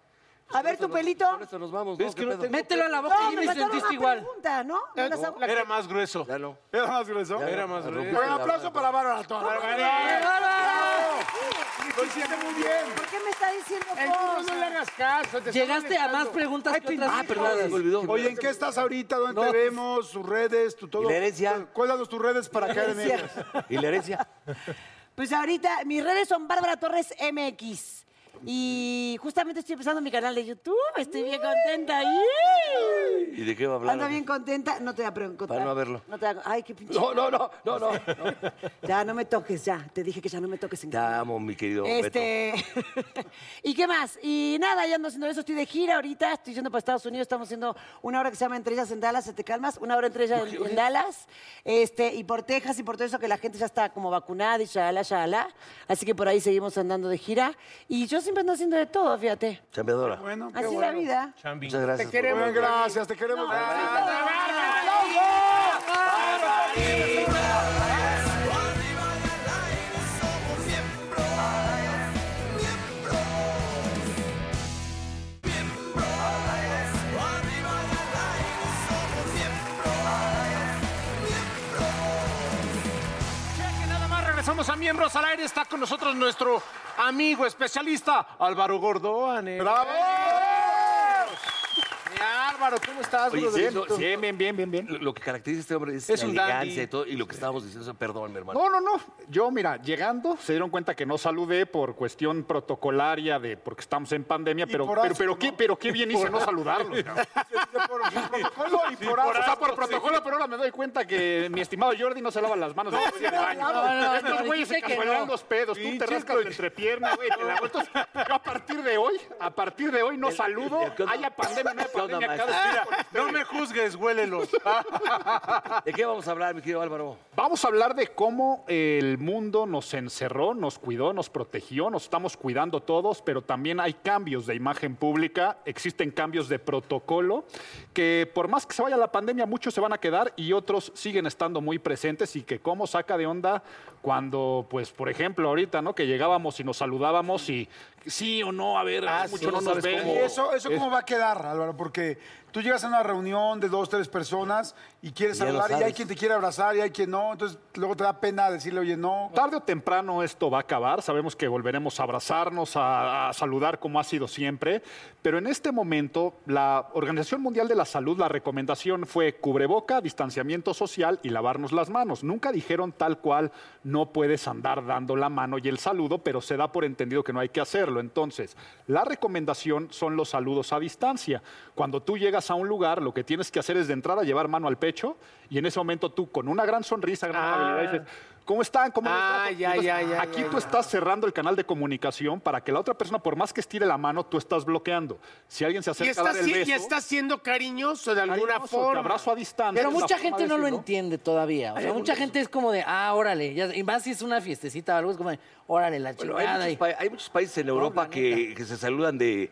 G: A ver, tu pelito.
C: Con esto nos vamos. ¿no?
F: Es que
C: ¿Qué
F: no
C: pedo?
F: tengo-
D: Mételo a la boca
G: No,
D: y
G: me
D: me
G: faltaron más
D: sentiste igual.
G: preguntas, ¿no? No las hago.
F: Era más grueso.
C: Ya no.
H: ¿Era más grueso?
F: Era más grueso.
H: Un aplauso para Bárbara Torres. Lo hiciste muy bien.
G: ¿Por qué me está diciendo
E: El burro no le
G: cosas?
E: hagas caso. te está
D: Llegaste a más
E: molestando.
D: preguntas que otras
C: Ah, perdón, se me olvidó.
H: Oye, ¿en qué estás ahorita? ¿Dónde te vemos? ¿Tus redes? ¿Tu todo?
C: ¿Y la herencia?
H: Cuéntanos tus redes para caer en ellas.
C: ¿Y la herencia?
G: Pues ahorita mis redes son Bárbara Torres MX. Y justamente estoy empezando mi canal de YouTube. Estoy bien contenta. ¡Yay!
C: ¿Y de qué va a hablar?
G: Ando bien contenta. No te voy a preguntar.
C: Para no verlo.
G: No te voy a- Ay, qué pinche.
C: No, no, no, no, no.
G: Ya, no me toques, ya. Te dije que ya no me toques en
C: Te
G: cámara.
C: amo, mi querido Beto.
G: Este. ¿Y qué más? Y nada, ya ando haciendo eso. Estoy de gira ahorita. Estoy yendo para Estados Unidos. Estamos haciendo una hora que se llama Entre ellas en Dallas. ¿Se te calmas? Una hora entre ellas en, en Dallas. Este, y por Texas y por todo eso que la gente ya está como vacunada y shalá, shalá. Así que por ahí seguimos andando de gira. Y yo siempre ando haciendo de todo, fíjate.
C: Chambeadora.
H: Bueno, qué
G: Así es
H: bueno.
G: la vida.
F: Chambi.
C: Muchas gracias. por-
H: Bueno, gracias, te queremos.
F: Cheque, nada más regresamos a Miembros al Aire. Está con nosotros nuestro amigo especialista, Álvaro Gordoan. eh.
H: ¡Bravo!
F: Mi Álvaro, ¿cómo estás,
C: Oye, sí,
F: brotherito?
C: no, sí,
H: Bien, bien, bien, bien.
C: Lo lo que caracteriza a este hombre es,
F: Es
C: la
F: un
C: elegancia
F: dandy.
C: y todo. Y lo que estábamos diciendo es perdón, mi hermano.
H: No, no, no. Yo, mira, llegando, se dieron cuenta que no saludé por cuestión protocolaria de porque estamos en pandemia, pero,
B: por
H: pero,
B: asco,
H: pero, qué, pero qué bien hice no saludarlo. protocolo y por, asco. O sea, por protocolo, pero ahora me doy cuenta que mi estimado Jordi no se lava las manos. después del baño.
D: no, no, no,
H: Estos
D: no,
H: güeyes se
D: dijiste que
H: casuelean
D: no.
H: los pedos. Tú te
F: Pinches
H: rascas la entrepierna, güey, te la vueltas. Yo a partir de hoy, a partir de hoy no saludo.
C: el- ¿qué onda?
H: haya pandemia, no haya
C: ¿Qué onda,
H: pandemia.
C: maestro?
H: Cada día
F: No me juzgues, huélelo.
C: Ah, ¿De qué vamos a hablar, mi querido Álvaro?
H: Vamos a hablar de cómo el mundo nos encerró, nos cuidó, nos protegió, nos estamos cuidando todos, pero también hay cambios de imagen pública, existen cambios de protocolo, que por más que se vaya la pandemia, muchos se van a quedar y otros siguen estando muy presentes y que cómo saca de onda cuando, pues, por ejemplo, ahorita, ¿no? Que llegábamos y nos saludábamos y sí o no, a ver,
B: Ah,
H: mucho
B: sí,
H: no,
B: no
H: nos
B: sabes
H: vemos.
B: ¿Y eso, eso cómo va a quedar, Álvaro? Porque tú llegas a una reunión de dos, tres personas y quieres
C: Ya lo
B: saludar y hay
C: sabes.
B: quien te quiere abrazar y hay quien no. Entonces luego te da pena decirle, oye, no.
H: Tarde o temprano esto va a acabar, sabemos que volveremos a abrazarnos, a, a saludar como ha sido siempre, pero en este momento la Organización Mundial de la Salud, la recomendación fue cubreboca, distanciamiento social y lavarnos las manos. Nunca dijeron tal cual no puedes andar dando la mano y el saludo, pero se da por entendido que no hay que hacerlo. Entonces, la recomendación son los saludos a distancia. Cuando tú llegas a un lugar, lo que tienes que hacer es de entrada llevar mano al pecho y en ese momento tú con una gran sonrisa, gran amabilidad, dices, ¿cómo están? ¿Cómo les va?". Pues,
D: Ah, ya, ya, ya,
H: Aquí
D: ya,
H: tú estás cerrando el canal de comunicación para que la otra persona, por más que estire la mano, tú estás bloqueando. Si alguien
E: Y
H: se acerca a
E: está,
H: dar el
E: si- y
H: beso,
E: está siendo cariñoso de alguna
H: cariñoso, te
E: forma.
H: abrazo a distancia.
D: Pero
H: es la
D: mucha
H: forma
D: gente
H: de
D: no lo
H: decirlo.
D: entiende todavía. O sea, mucha gente es como de, ah, órale. ya- y más si es una fiestecita o algo, es como de, órale, la
C: Bueno, hay,
D: chingada.
C: muchos,
D: y-
C: pa- hay muchos países en Europa que, que se saludan de...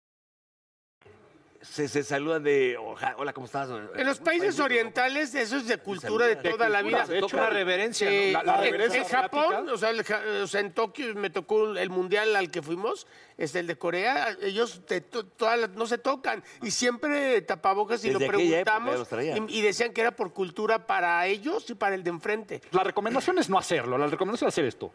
C: Se, se saludan de. "Oja- Hola, ¿cómo estás?
E: En los países orientales eso es de cultura de toda la vida.
F: De hecho, una reverencia, ¿no?
E: Eh,
F: La- la
E: en-
F: reverencia
E: En
F: asiática.
E: Japón, o sea, el ja- o sea, en Tokio me tocó un- el mundial al que fuimos, es el de Corea, ellos te to- todas las- no se tocan y siempre tapabocas y lo
C: Desde aquella época
E: preguntamos
C: los traían.
E: y, y decían que era por cultura para ellos y para el de enfrente.
H: La recomendación es no hacerlo, la recomendación es hacer esto.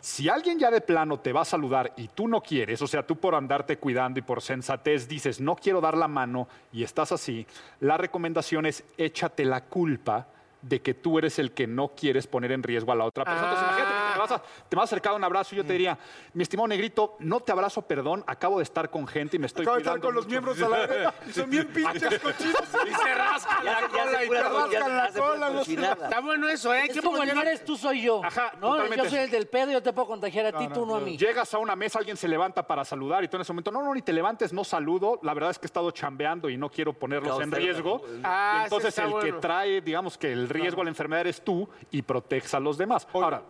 H: Si alguien ya de plano te va a saludar y tú no quieres, o sea, tú por andarte cuidando y por sensatez dices, no quiero dar la mano y estás así, la recomendación es échate la culpa de que tú eres el que no quieres poner en riesgo a la otra persona. Entonces, imagínate que
B: Ah.
H: te vas, a, te vas a acercar a un abrazo y
B: Mm.
H: yo te diría, mi estimado negrito, no te abrazo, perdón, acabo de estar con gente y me estoy
B: Acabo de estar
H: cuidando
B: con los
H: mucho".
B: miembros al aire y son bien pinches cochinos.
F: Y se rasca
C: Ya
F: la
C: se- ya se
F: cola y
C: pura-
F: te rasca.
C: ya-
B: rascan la
C: ya se pura
B: cola, los-
C: cochinada.
E: Está bueno eso, ¿eh? Hay
D: Es
E: que
D: como el no
E: poner-
D: eres tú, soy yo.
H: Ajá,
D: no,
H: totalmente.
D: yo soy el del pedo, yo te puedo contagiar a ti, tú no a mí.
H: Llegas a una mesa, alguien se levanta para saludar y tú en ese momento, no, no, ni te levantes, no saludo. La verdad es que he estado chambeando y no quiero ponerlos
C: Claro,
H: en
C: está-
H: riesgo. Y
E: Ah, ese
H: entonces
E: está
H: el que
E: bueno.
H: trae, digamos que el riesgo a la enfermedad eres tú y proteges a los demás. Ahora,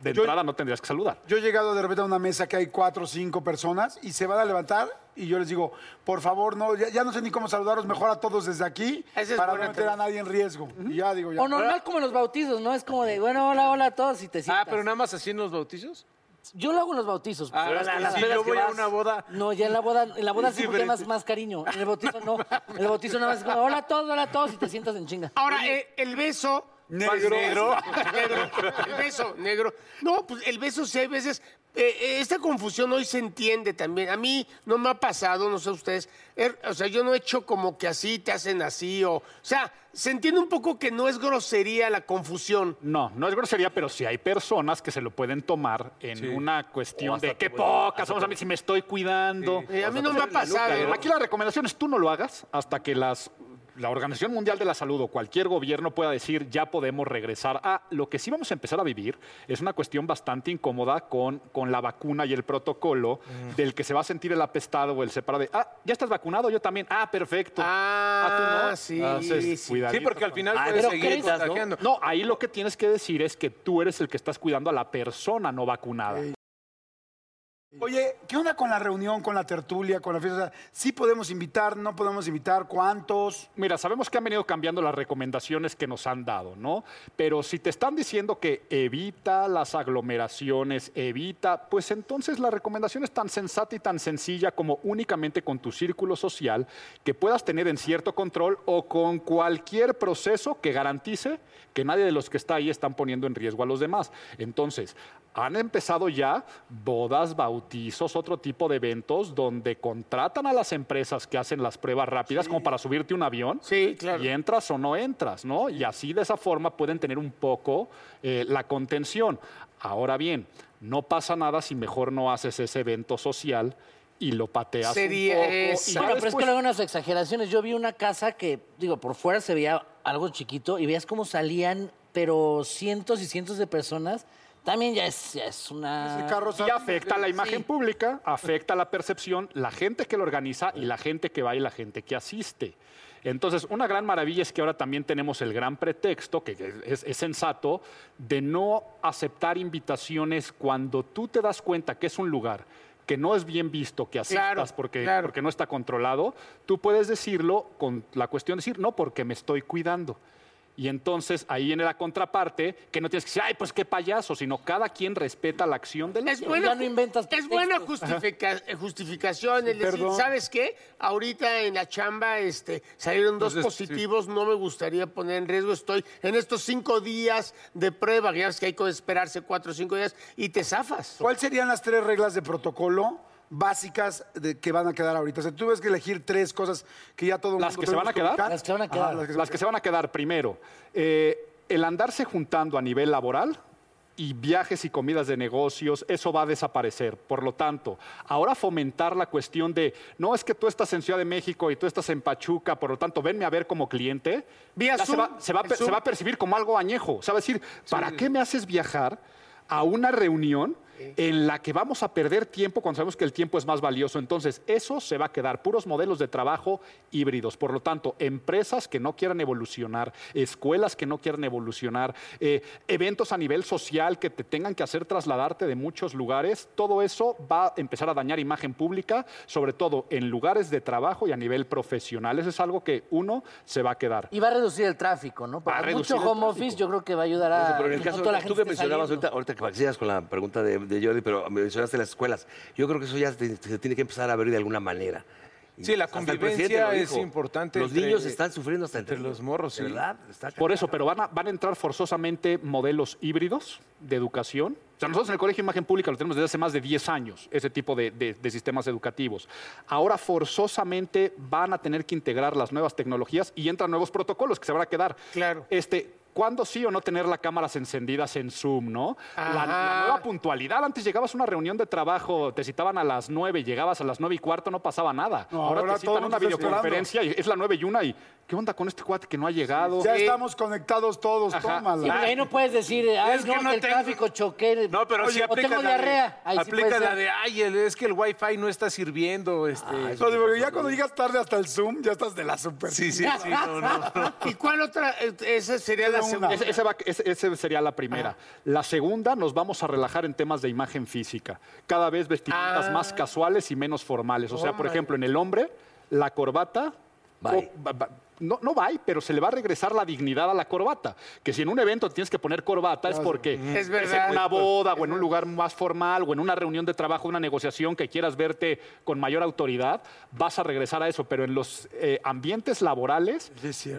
H: de
B: yo-
H: entrada no tendrías que saludar.
B: Yo he llegado de repente a una mesa que hay cuatro o cinco personas y se van a levantar y yo les digo, por favor, no, ya, ya no sé ni cómo saludaros, mejor a todos desde aquí
E: Esa es
B: para
E: buena
B: no meter a nadie en riesgo. Y ya digo, ya.
D: O normal como en los bautizos, ¿no? Es como de, bueno, hola, hola a todos y te sientas.
F: Ah, pero nada más así en los bautizos.
D: Yo lo hago en los bautizos.
F: Ah,
D: Pues, pero
F: es
D: a
F: que
D: las
F: si
D: pedas
F: yo
D: que
F: voy a
D: vas-
F: una boda-
D: No, ya en la boda, en la boda sí porque
F: diferente.
D: más, más cariño. En el bautizo no. En el bautizo nada más es como, hola a todos, hola a todos y te sientas en chinga.
E: Ahora, eh, el beso...
F: Negro. Negro.
E: Negro, el beso, negro. No, pues el beso sí hay veces. eh, eh, esta confusión hoy se entiende también. A mí no me ha pasado, no sé ustedes. er, o sea, yo no he hecho como que así te hacen así. O, o sea, se entiende un poco que no es grosería la confusión.
H: No, no es grosería, pero sí hay personas que se lo pueden tomar en una cuestión de qué pocas somos a mí si me estoy cuidando.
E: Eh, a mí no me ha pasado.
F: ¿eh?
H: Claro, Aquí la recomendación es tú no lo hagas hasta que las, la Organización Mundial de la Salud o cualquier gobierno pueda decir ya podemos regresar a lo que sí vamos a empezar a vivir es una cuestión bastante incómoda con, con la vacuna y el protocolo
F: Mm.
H: del que se va a sentir el apestado o el separado de ah, ya estás vacunado, yo también, ah, perfecto.
E: Ah, sí, sí.
H: cuidadito
F: Sí, porque al
H: con-
F: final
C: Ah,
F: puedes
C: pero
F: seguir
C: crees, ¿no?
F: contagiando.
H: No, ahí lo que tienes que decir es que tú eres el que estás cuidando a la persona no vacunada.
B: Oye, ¿qué onda con la reunión, con la tertulia, con la fiesta? O sea, ¿Sí podemos invitar, no podemos invitar? ¿Cuántos?
H: Mira, sabemos que han venido cambiando las recomendaciones que nos han dado, ¿no? Pero si te están diciendo que evita las aglomeraciones, evita, pues entonces la recomendación es tan sensata y tan sencilla como únicamente con tu círculo social que puedas tener en cierto control o con cualquier proceso que garantice que nadie de los que está ahí están poniendo en riesgo a los demás. Entonces, han empezado ya bodas, bautizos, otro tipo de eventos donde contratan a las empresas que hacen las pruebas rápidas como para subirte un avión.
E: Sí, claro.
H: Y entras o no entras, ¿no? Y así de esa forma pueden tener un poco eh, la contención. Ahora bien, no pasa nada si mejor no haces ese evento social y lo pateas
E: Sería
H: un poco. y
E: esa.
H: ya
D: Bueno, pero es que
H: después-
D: luego hay unas exageraciones. Yo vi una casa que, digo, por fuera se veía algo chiquito y veías cómo salían, pero cientos y cientos de personas. También ya es, ya es una...
B: El carro
H: Ah, Y
B: sale-
H: afecta
E: eh,
H: la imagen pública, afecta la percepción, la gente que lo organiza y la gente que va y la gente que asiste. Entonces, una gran maravilla es que ahora también tenemos el gran pretexto, que es, es sensato, de no aceptar invitaciones cuando tú te das cuenta que es un lugar que no es bien visto que asistas
E: Claro,
H: porque,
E: claro.
H: porque no está controlado, tú puedes decirlo con la cuestión de decir, no, porque me estoy cuidando. Y entonces ahí viene la contraparte, que no tienes que decir, ay, pues qué payaso, sino cada quien respeta la acción del
E: Es
H: otro.
E: buena,
D: Ya no inventas
E: es buena
D: pretextos.
E: justifica- justificación el decir,
B: Perdón.
E: ¿sabes qué? Ahorita en la chamba este, salieron dos
F: Entonces,
E: positivos, no me gustaría poner en riesgo, estoy en estos cinco días de prueba, que ya ves que hay que esperarse cuatro o cinco días, y te zafas.
B: ¿Cuáles serían las tres reglas de protocolo básicas de- que van a quedar ahorita? O sea, tú ves que elegir tres cosas que ya todo el
H: ¿Las
B: mundo
H: que se van a
B: tenemos
H: quedar?
B: ubicar.
D: Las que van a
B: Ajá,
D: quedar.
B: las que se van
H: Las que se van a quedar primero, eh, el andarse juntando a nivel laboral y viajes y comidas de negocios, eso va a desaparecer. Por lo tanto, ahora fomentar la cuestión de, no es que tú estás en Ciudad de México y tú estás en Pachuca, por lo tanto, venme a ver como cliente,
E: Vía
H: ya se,
E: Zoom,
H: va, se va a
E: el
H: per- se
E: Zoom.
H: va a percibir como algo añejo. O sea, va a decir, ¿para qué me haces viajar a una reunión en la que vamos a perder tiempo cuando sabemos que el tiempo es más valioso? Entonces, eso se va a quedar, puros modelos de trabajo híbridos. Por lo tanto, empresas que no quieran evolucionar, escuelas que no quieran evolucionar, eh, eventos a nivel social que te tengan que hacer trasladarte de muchos lugares, todo eso va a empezar a dañar imagen pública, sobre todo en lugares de trabajo y a nivel profesional. Eso es algo que uno se va a quedar.
D: Y va a reducir el tráfico, ¿no? Para
H: a reducir
D: mucho
H: el
D: home
H: tráfico.
D: office yo creo que va a ayudar a...
C: Eso, pero en el
D: no
C: caso,
D: toda la
C: tú
D: gente
C: que
D: esté
C: mencionabas
D: saliendo.
C: ahorita, ahorita que sigas con la pregunta de, de Jordi, pero mencionaste las escuelas. Yo creo que eso ya te- se tiene que empezar a ver de alguna manera. Y
F: Sí, la
C: hasta el presidente
F: convivencia
C: lo
F: es
C: dijo.
F: importante
C: Los
F: entre-
C: niños están sufriendo hasta entre,
F: entre los morros,
C: ¿De
F: sí.
C: ¿Verdad? Está
H: Por
C: cañón.
H: eso, pero van a, van a entrar forzosamente modelos híbridos de educación. O sea, nosotros en el Colegio de Imagen Pública lo tenemos desde hace más de 10 años, ese tipo de, de- de sistemas educativos. Ahora forzosamente van a tener que integrar las nuevas tecnologías y entran nuevos protocolos que se van a quedar.
E: Claro.
H: Este, ¿Cuándo sí o no tener las cámaras encendidas en Zoom, no? La, la nueva puntualidad. Antes llegabas a una reunión de trabajo, te citaban a las 9, llegabas a las 9 y cuarto, no pasaba nada.
B: No,
H: ahora,
B: ahora
H: te
B: todo el
H: citan a
B: mundo
H: una
B: está esperando.
H: videoconferencia y es la 9 y una y ¿qué onda con este cuate que no ha llegado?
E: Eh,
B: Ya estamos conectados todos,
D: Sí,
B: tómala.
D: porque ahí no puedes decir, ay,
F: Es
D: no,
F: que
D: que
F: no
D: el
F: tengo-
D: tráfico choqué.
F: No, pero sí
D: o
F: aplica
D: tengo
F: la
D: diarrea.
F: de,
D: Ahí sí
F: aplica
D: puede
F: la
D: ser.
F: de, ay, el- es que el wifi no está sirviendo. Este.
B: No, digo, ya cuando llegas tarde hasta el Zoom, ya estás de la super.
F: sí, sí, sí, no, no.
E: ¿Y cuál otra? Eh, Esa sería la
B: Una.
E: segunda.
H: Ese- ese va- ese- ese sería la primera. La segunda, nos vamos a relajar en temas de imagen física. Cada vez vestimentas
E: Ah.
H: más casuales y menos formales. O sea, por ejemplo, en el hombre, la corbata.
C: Bye.
H: o- va- va- no, no va, pero se le va a regresar la dignidad a la corbata. Que si en un evento tienes que poner corbata es porque
E: Es verdad.
H: en una boda o en un lugar más formal o en una reunión de trabajo, una negociación que quieras verte con mayor autoridad, vas a regresar a eso. Pero en los eh, ambientes laborales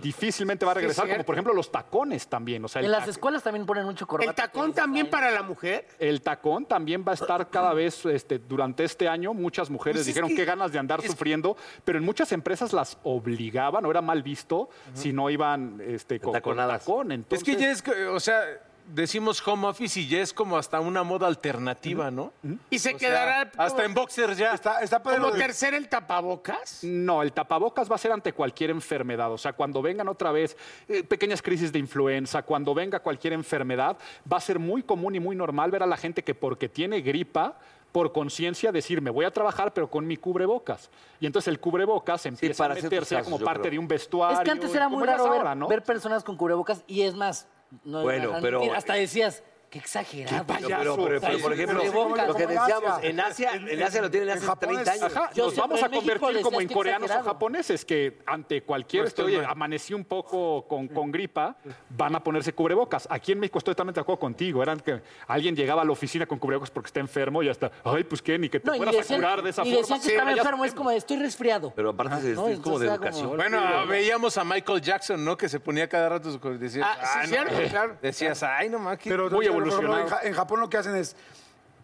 H: difícilmente va a regresar, como
E: cierto.
H: por ejemplo los tacones también. O sea, el
D: En las
H: tac-
D: escuelas también ponen mucho corbata.
E: ¿El tacón también para la mujer?
H: el tacón también va a estar cada vez, este, durante este año, muchas mujeres
F: Pues es
H: dijeron
F: que-
H: qué ganas de andar sufriendo, pero en muchas empresas las obligaban, o era mal visto, si no iban este, con, con
C: Entaconadas.
H: tacón.
F: Es
H: Entonces,
F: que ya es, que, o sea, decimos home office y ya es como hasta una moda alternativa, ¿no?
E: Y se
F: O sea,
E: quedará
F: hasta en boxer ya.
B: Está, está padre
E: como
B: lo de-
E: tercer el tapabocas.
H: No, el tapabocas va a ser ante cualquier enfermedad. O sea, cuando vengan otra vez eh, pequeñas crisis de influenza, cuando venga cualquier enfermedad, va a ser muy común y muy normal ver a la gente que porque tiene gripa, por conciencia decir, me voy a trabajar, pero con mi cubrebocas. Y entonces el cubrebocas empieza
C: para
H: a
C: ciertos
H: meterse ya
C: casos,
H: como
C: yo
H: parte
C: creo.
H: de un vestuario.
D: Es que antes era
H: como
D: muy
H: ya es
D: raro ver,
H: ahora, ¿no?
D: ver personas con cubrebocas y es más. No,
C: Bueno,
D: no, no,
C: pero-
D: Hasta decías, qué exagerado.
C: Pero, pero, pero, pero, por ejemplo,
D: Sí, sí,
C: lo que
D: como en
C: decíamos,
B: Asia.
C: en Asia, en Asia lo tienen hace
B: Japón
C: 30
B: es-
C: años.
H: Ajá,
D: Yo
H: nos
D: siempre
H: vamos
D: en
H: a
D: México
H: convertir
D: decías
H: como en
D: que
H: coreanos o
D: exagerado.
H: japoneses que ante cualquier,
F: No
H: este,
F: estoy
H: oye,
F: mal.
H: amanecí un poco con, con gripa, van a ponerse cubrebocas. Aquí en México estoy totalmente de acuerdo contigo. Eran que alguien llegaba a la oficina con cubrebocas porque está enfermo y hasta, ay, pues qué, ni que te
D: No, y
H: fueras a
D: decían,
H: curar de esa
D: y
H: forma.
D: decían que
H: Sí,
D: estaba
H: ya
D: enfermo, es
H: sabemos.
D: como, estoy resfriado.
C: Pero aparte es,
D: No,
C: es como de
D: entonces era como-
C: educación.
F: Bueno, veíamos a Michael Jackson, ¿no? Que se ponía cada rato su co- decías,
E: Ah, sí,
F: "Ay, no
E: cierto,
F: mames".
E: claro.
F: Decías, ay, no mames, qué-
B: Pero por ejemplo,
H: Muy evolucionado.
B: En, Ja- en Japón lo que hacen es,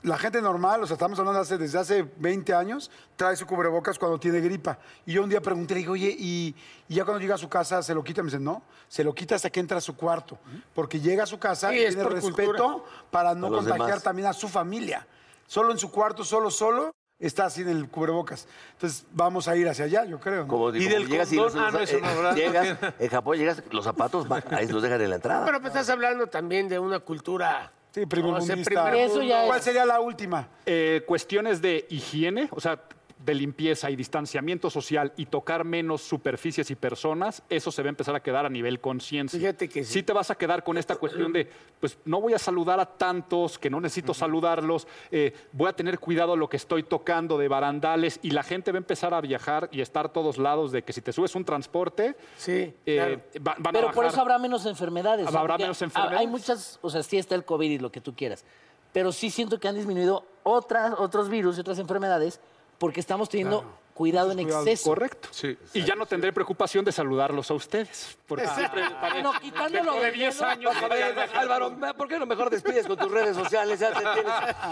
B: la gente normal, o sea, estamos hablando de hace- desde hace 20 años, trae su cubrebocas cuando tiene gripa. Y yo un día pregunté, le digo, oye, y, y ya cuando llega a su casa se lo quita? Me dicen, no, se lo quita hasta que entra a su cuarto. Porque llega a su casa
E: Sí,
B: y
E: es
B: tiene
E: por
B: respeto para no
C: A los
B: contagiar
C: demás.
B: también a su familia. Solo en su cuarto, solo, solo, está sin el cubrebocas. Entonces, vamos a ir hacia allá, yo creo. ¿no?
C: Como digo,
F: Y del
C: como llegas
F: condón,
C: los-
F: ah, no, eso no,
C: eh,
F: ¿verdad?
C: llegas, en Japón llegas, los zapatos va- ahí los dejan en la entrada.
E: Pero pues, estás hablando también de una cultura.
B: Sí, primer
E: no sé,
B: mundista.
E: primer
D: Eso ya
E: mundo.
D: es.
B: ¿Cuál sería la última?
H: Eh, cuestiones de higiene, o sea, de limpieza y distanciamiento social y tocar menos superficies y personas, eso se va a empezar a quedar a nivel conciencia.
E: Fíjate que sí.
H: te vas a quedar con esta cuestión de, pues no voy a saludar a tantos, que no necesito saludarlos, eh, voy a tener cuidado lo que estoy tocando de barandales y la gente va a empezar a viajar y estar a todos lados de que si te subes un transporte,
E: Sí,
H: eh,
E: claro.
H: va- van a
D: Pero por
H: bajar.
D: eso habrá menos enfermedades.
H: Habrá
D: Porque
H: menos
D: ha- Hay
H: enfermedades.
D: muchas, o sea, sí está el COVID y lo que tú quieras. Pero sí siento que han disminuido otras, otros virus y otras enfermedades porque estamos teniendo cuidado en exceso.
H: Correcto. Y ya no tendré preocupación de saludarlos a ustedes. Porque siempre parece-
D: No, quitándolo
H: Dentro de
D: del
H: 10
D: dedo.
H: años.
C: A ver, Álvaro, ¿por qué no mejor despides con tus redes sociales? Ya te tienes-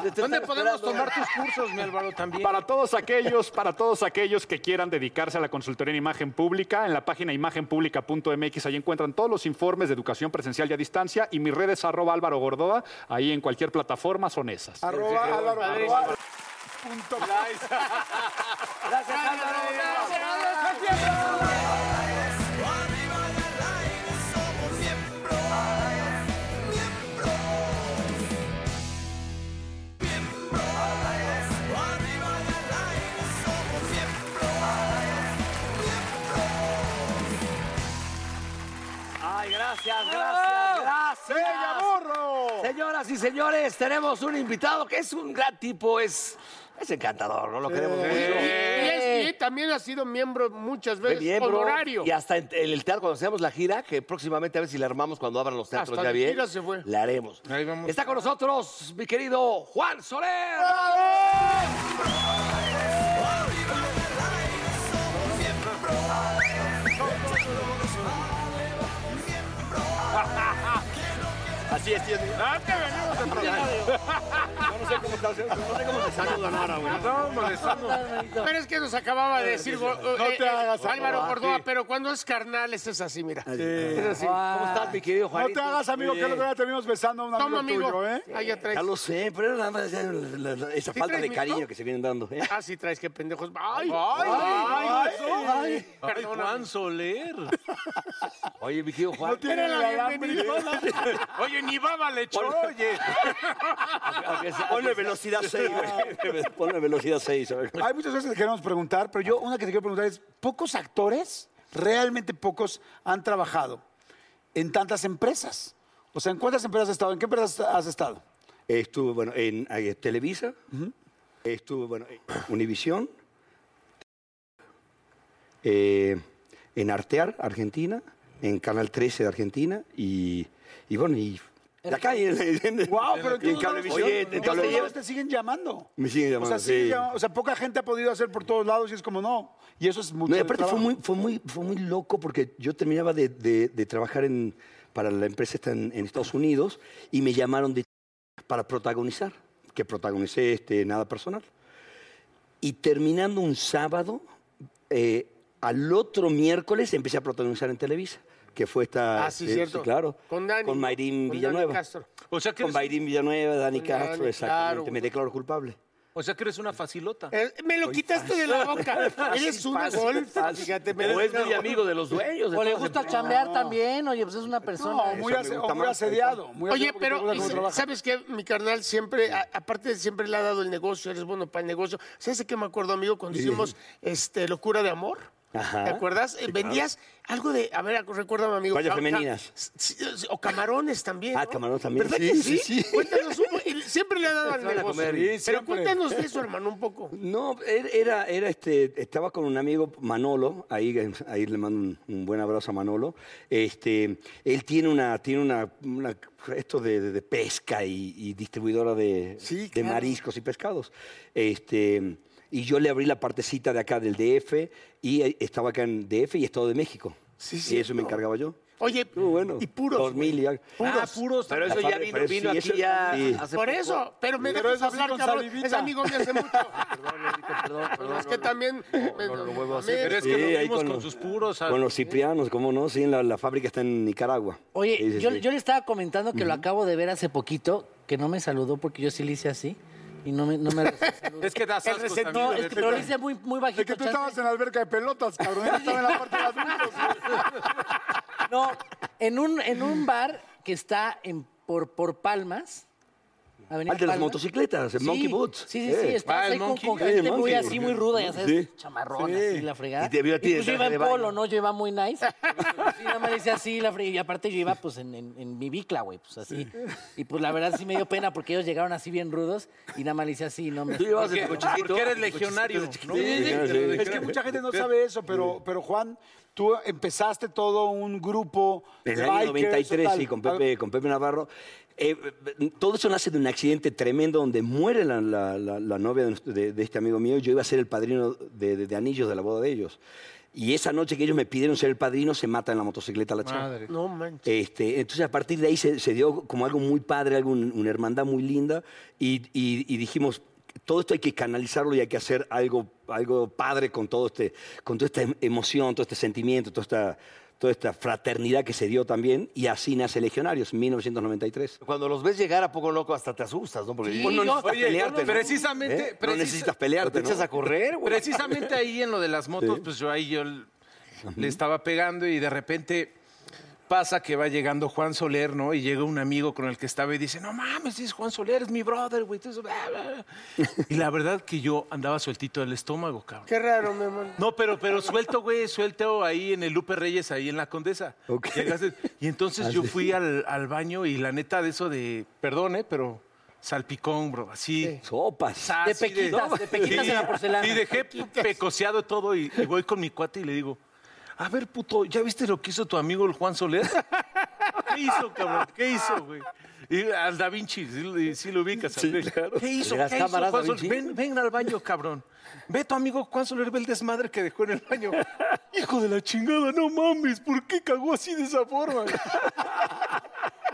C: te- te
F: ¿Dónde
C: están
F: podemos
C: esperando.
F: tomar tus cursos, mi Álvaro, también?
H: Para todos aquellos, para todos aquellos que quieran dedicarse a la consultoría en imagen pública, en la página imagenpublica.mx, ahí encuentran todos los informes de educación presencial y a distancia y mis redes arroba Álvaro Gordoa, ahí en cualquier plataforma son esas.
B: Arroba Álvaro Gordoa. Punto com.
C: Gracias, Álvaro. Ay, gracias,
F: ¡Ah!
C: gracias, gracias.
B: ¡Venga, burro!
C: Señoras y señores, tenemos un invitado que es un gran tipo, es, es encantador, no lo queremos mucho.
E: Y, es- y también ha sido miembro muchas
C: Fue
E: veces
C: miembro,
E: honorario.
C: Y hasta en, en el teatro, cuando hacemos la gira, que próximamente a ver si la armamos cuando abran los teatros
E: Hasta de
C: ya bien.
E: gira se fue.
C: La haremos.
F: Ahí vamos.
C: Está con nosotros mi querido Juan Soler.
F: Así es, tío. Ah, te venimos en programa. No sé cómo te ahora, güey.
E: Pero es que nos acababa de decir go- eh,
F: te
E: eh,
F: hagas,
E: Álvaro
F: papá,
E: Gordoa,
F: sí.
E: pero cuando es carnal, ese es así, mira. Es así.
C: ¿Cómo estás, mi querido Juan?
B: No te hagas, amigo, que el otro día terminamos besando a un amigo,
E: Toma, amigo.
B: tuyo, ¿eh?
E: Ahí ya traes.
I: Ya lo sé, pero nada más ya la- la- esa
E: ¿Sí
I: falta
E: traes
I: de
E: mi
I: cariño
E: top?
I: que se vienen dando. ¿eh?
E: Ah, sí traes, qué pendejos. ¡Ay!
F: ay,
E: ay,
F: Ay, Juan Soler.
C: Oye, mi querido Juan.
E: Era la bienvenida.
F: Oye, ni baba le echó, oye.
C: aunque sea-
I: Ponle velocidad 6, güey. Ponle velocidad 6.
B: Hay muchas veces que queremos preguntar, pero yo una que te quiero preguntar es, ¿pocos actores, realmente pocos, han trabajado en tantas empresas? O sea, ¿en cuántas empresas has estado? ¿En qué empresas has estado?
I: Estuve, bueno, en eh, Televisa, estuve, bueno, en Univisión, eh, en Artear, Argentina, en Canal 13 de Argentina y, y bueno, y de acá en, en-
B: ¡Wow! Pero
I: en
B: entonces,
I: Cablevisión.
B: Oye,
I: en
B: entonces te,
I: Cablevisión.
B: llevas- te siguen llamando.
I: Me siguen llamando,
B: O sea, siguen
I: sí.
B: llamando. O sea, poca gente ha podido hacer por todos lados y es como no. Y eso es mucho.
I: No, y
B: del
I: aparte fue
B: trabajo.
I: muy, fue, muy, fue muy loco porque yo terminaba de, de- de trabajar en, para la empresa esta en, en Estados Unidos y me llamaron de para protagonizar, que protagonicé este, nada personal. Y terminando un sábado, eh, al otro miércoles empecé a protagonizar en Televisa, que fue esta... eh,
E: Ah, sí, cierto.
I: claro.
E: Con Dani.
I: Con
E: Con
I: Mayrín
E: Dani
I: Villanueva.
E: Castro.
F: O sea que
I: Con
F: eres,
I: Mayrín Villanueva, Dani
E: Con Dani,
I: Castro,
E: claro,
I: exactamente.
E: güey.
I: me declaro culpable.
F: o sea que eres una facilota.
E: Eh, me lo quitaste de la boca. Eres un golfer. Fíjate, me
C: O es muy amigo de los dueños. de
D: O le
C: todas las
D: gusta
C: empresas.
D: chambear también, oye, pues es una persona.
B: No, muy,
I: me
B: ase-
I: gusta
B: o muy
I: más,
B: asediado. muy
E: Oye,
B: asediado porque te
E: pero
B: gusta cómo
E: ¿y
B: trabaja.
E: ¿sabes qué? Mi carnal siempre, a- aparte siempre le ha dado el negocio, eres bueno para el negocio. ¿Sabes de qué me acuerdo, amigo, cuando hicimos este, Locura de Amor?
I: Ajá.
E: ¿Te acuerdas? Eh, Vendías algo de, a ver, recuérdame, amigo. Ah,
I: Toallas
E: ca- ca-
I: femeninas.
E: sí, sí, O camarones también.
I: Ah,
E: ¿no?
I: camarones también.
E: ¿Verdad
I: Sí,
E: que sí?
I: sí, sí.
E: Cuéntanos un po- él Siempre le ha dado al
C: van a
E: negocio.
C: comer. Sí,
E: pero
B: siempre.
E: cuéntanos de eso, hermano, un poco.
I: No, er- era, era este, estaba con un amigo Manolo, ahí, ahí le mando un, un buen abrazo a Manolo. Este, él tiene una, tiene una, una- esto de, de- de pesca y, y distribuidora de, de mariscos y pescados. Este, y yo le abrí la partecita de acá del DF y eh, estaba acá en DF y Estado de México.
E: Sí,
I: y eso
E: cierto.
I: me encargaba yo.
E: Oye,
I: Estuvo bueno.
E: y puros.
I: Dos mil y algo.
C: Ah, puros. Pero eso
I: La
C: ya
I: fábrica,
C: vino,
I: pero
C: vino
I: sí,
C: aquí
I: eso-
C: ya.
I: sí.
C: hace
E: Por
C: poco.
E: eso, pero me
B: Pero
E: dejas
B: eso sí
E: hablar,
B: con
E: cabrón.
B: salivita.
E: Es amigo mío hace mucho.
C: Perdón, Lolito, perdón, perdón.
E: es que también... me-
C: lo vuelvo a
E: a mí-
C: hacer.
F: Pero es que
I: Sí,
F: nos
I: ahí
F: vimos con,
I: con los-
F: sus puros.
I: Con los ciprianos, ¿cómo no? Sí, en la, la fábrica está en Nicaragua.
D: Oye,
I: Sí, sí,
D: yo,
I: sí.
D: yo le estaba comentando que lo acabo de ver hace poquito, que no me saludó porque yo sí le hice así y no me, no me saludó.
F: Es que das asco
B: resentido
D: No,
F: también.
D: es que pero lo hice muy, muy bajito.
B: Es que tú
D: chance.
B: estabas en la alberca de pelotas, cabrón. Yo estaba en la parte de adultos.
D: No, en un, en un bar que está en, por, por Palmas. Avenida
I: Al de las
D: Palmas.
I: montocicletas, el
D: Sí,
I: Monkey Boots.
D: Sí, sí, sí.
I: Eh.
D: Estás
F: Ah, el
D: ahí con,
F: Monkey.
D: con
I: Sí,
D: gente
I: Monkey,
D: muy así,
I: porque-
D: muy ruda, ya sabes,
I: Sí.
D: chamarrón,
I: Sí.
D: así, la fregada.
I: Y te vio a ti de
D: pues yo
I: traje
D: iba en
I: de baño.
D: polo, ¿no? Yo iba muy nice. Sí, nada más le hice así, la fregada. Y aparte yo iba, pues, en, en- en mi bicla, güey, pues, así. Y, pues, la verdad sí me dio pena porque ellos llegaron así bien rudos y nada más le hice así, no me...
C: Tú llevas en tu
D: Ah,
F: Porque,
C: cochecito.
F: porque eres legionario. ¿no?
B: Es que mucha gente no sabe eso, pero, pero Juan, tú empezaste todo un grupo.
I: En el
B: bikers,
I: año 93,
B: tal.
F: Ah.
I: sí, con Pepe, con Pepe Navarro. Eh, eh, todo eso nace de una accidente tremendo donde muere la, la- la- la novia de, nuestro- de- de este amigo mío. Yo iba a ser el padrino de, de- de anillos de la boda de ellos. Y esa noche que ellos me pidieron ser el padrino, se mata en la motocicleta la chava.
E: No manches.
I: Este, entonces, a partir de ahí se, se dio como algo muy padre, algo, un- una hermandad muy linda, y, y- y dijimos, todo esto hay que canalizarlo y hay que hacer algo, algo padre con, todo este, con toda esta em- emoción, todo este sentimiento, toda esta, toda esta fraternidad que se dio también, y así nace Legionarios, 1993.
C: Cuando los ves llegar a poco loco, hasta te asustas, ¿no? Porque
I: Sí,
C: dices, "Pues
I: yo-
C: necesitas
I: oye,
C: pelearte,
I: yo no-
F: precisamente-
I: ¿Eh? No
F: precis-
I: necesitas pelearte.
C: Te
I: ¿no?
C: echas a correr, güey.
F: Precisamente ahí en lo de las motos,
I: Sí.
F: pues yo ahí yo l- le estaba pegando y de repente pasa que va llegando Juan Soler, ¿no? Y llega un amigo con el que estaba y dice, no mames, es Juan Soler, es mi brother, güey. Entonces, bla, bla, bla. Y la verdad que yo andaba sueltito del estómago, cabrón.
E: Qué raro, mi amor.
F: No, pero, pero suelto, güey, suelto ahí en el Lupe Reyes, ahí en la Condesa.
I: Ok.
F: Llegaste- y entonces
I: Ah,
F: yo
I: sí.
F: fui al, al baño y la neta de eso de, perdón, ¿eh? pero salpicón, bro, así.
I: Sopas.
F: Así
D: De pequitas, de pequitas en la porcelana.
F: Y dejé pecoseado todo y, y voy con mi cuate y le digo, a ver, puto, ¿ya viste lo que hizo tu amigo el Juan Soler? ¿Qué hizo, cabrón? ¿Qué hizo, güey? Y al Da Vinci, sí, lo- y sí lo ubicas.
I: Sí,
F: al-
I: claro.
F: ¿Qué hizo?
C: ¿De las
F: ¿Qué hizo
C: cámaras,
F: Juan
C: Da
F: Soler?
C: Vinci?
F: Ven, ven al baño, cabrón. Ve tu amigo Juan Soler, ve el desmadre que dejó en el baño. Hijo de la chingada, no mames, ¿por qué cagó así de esa forma?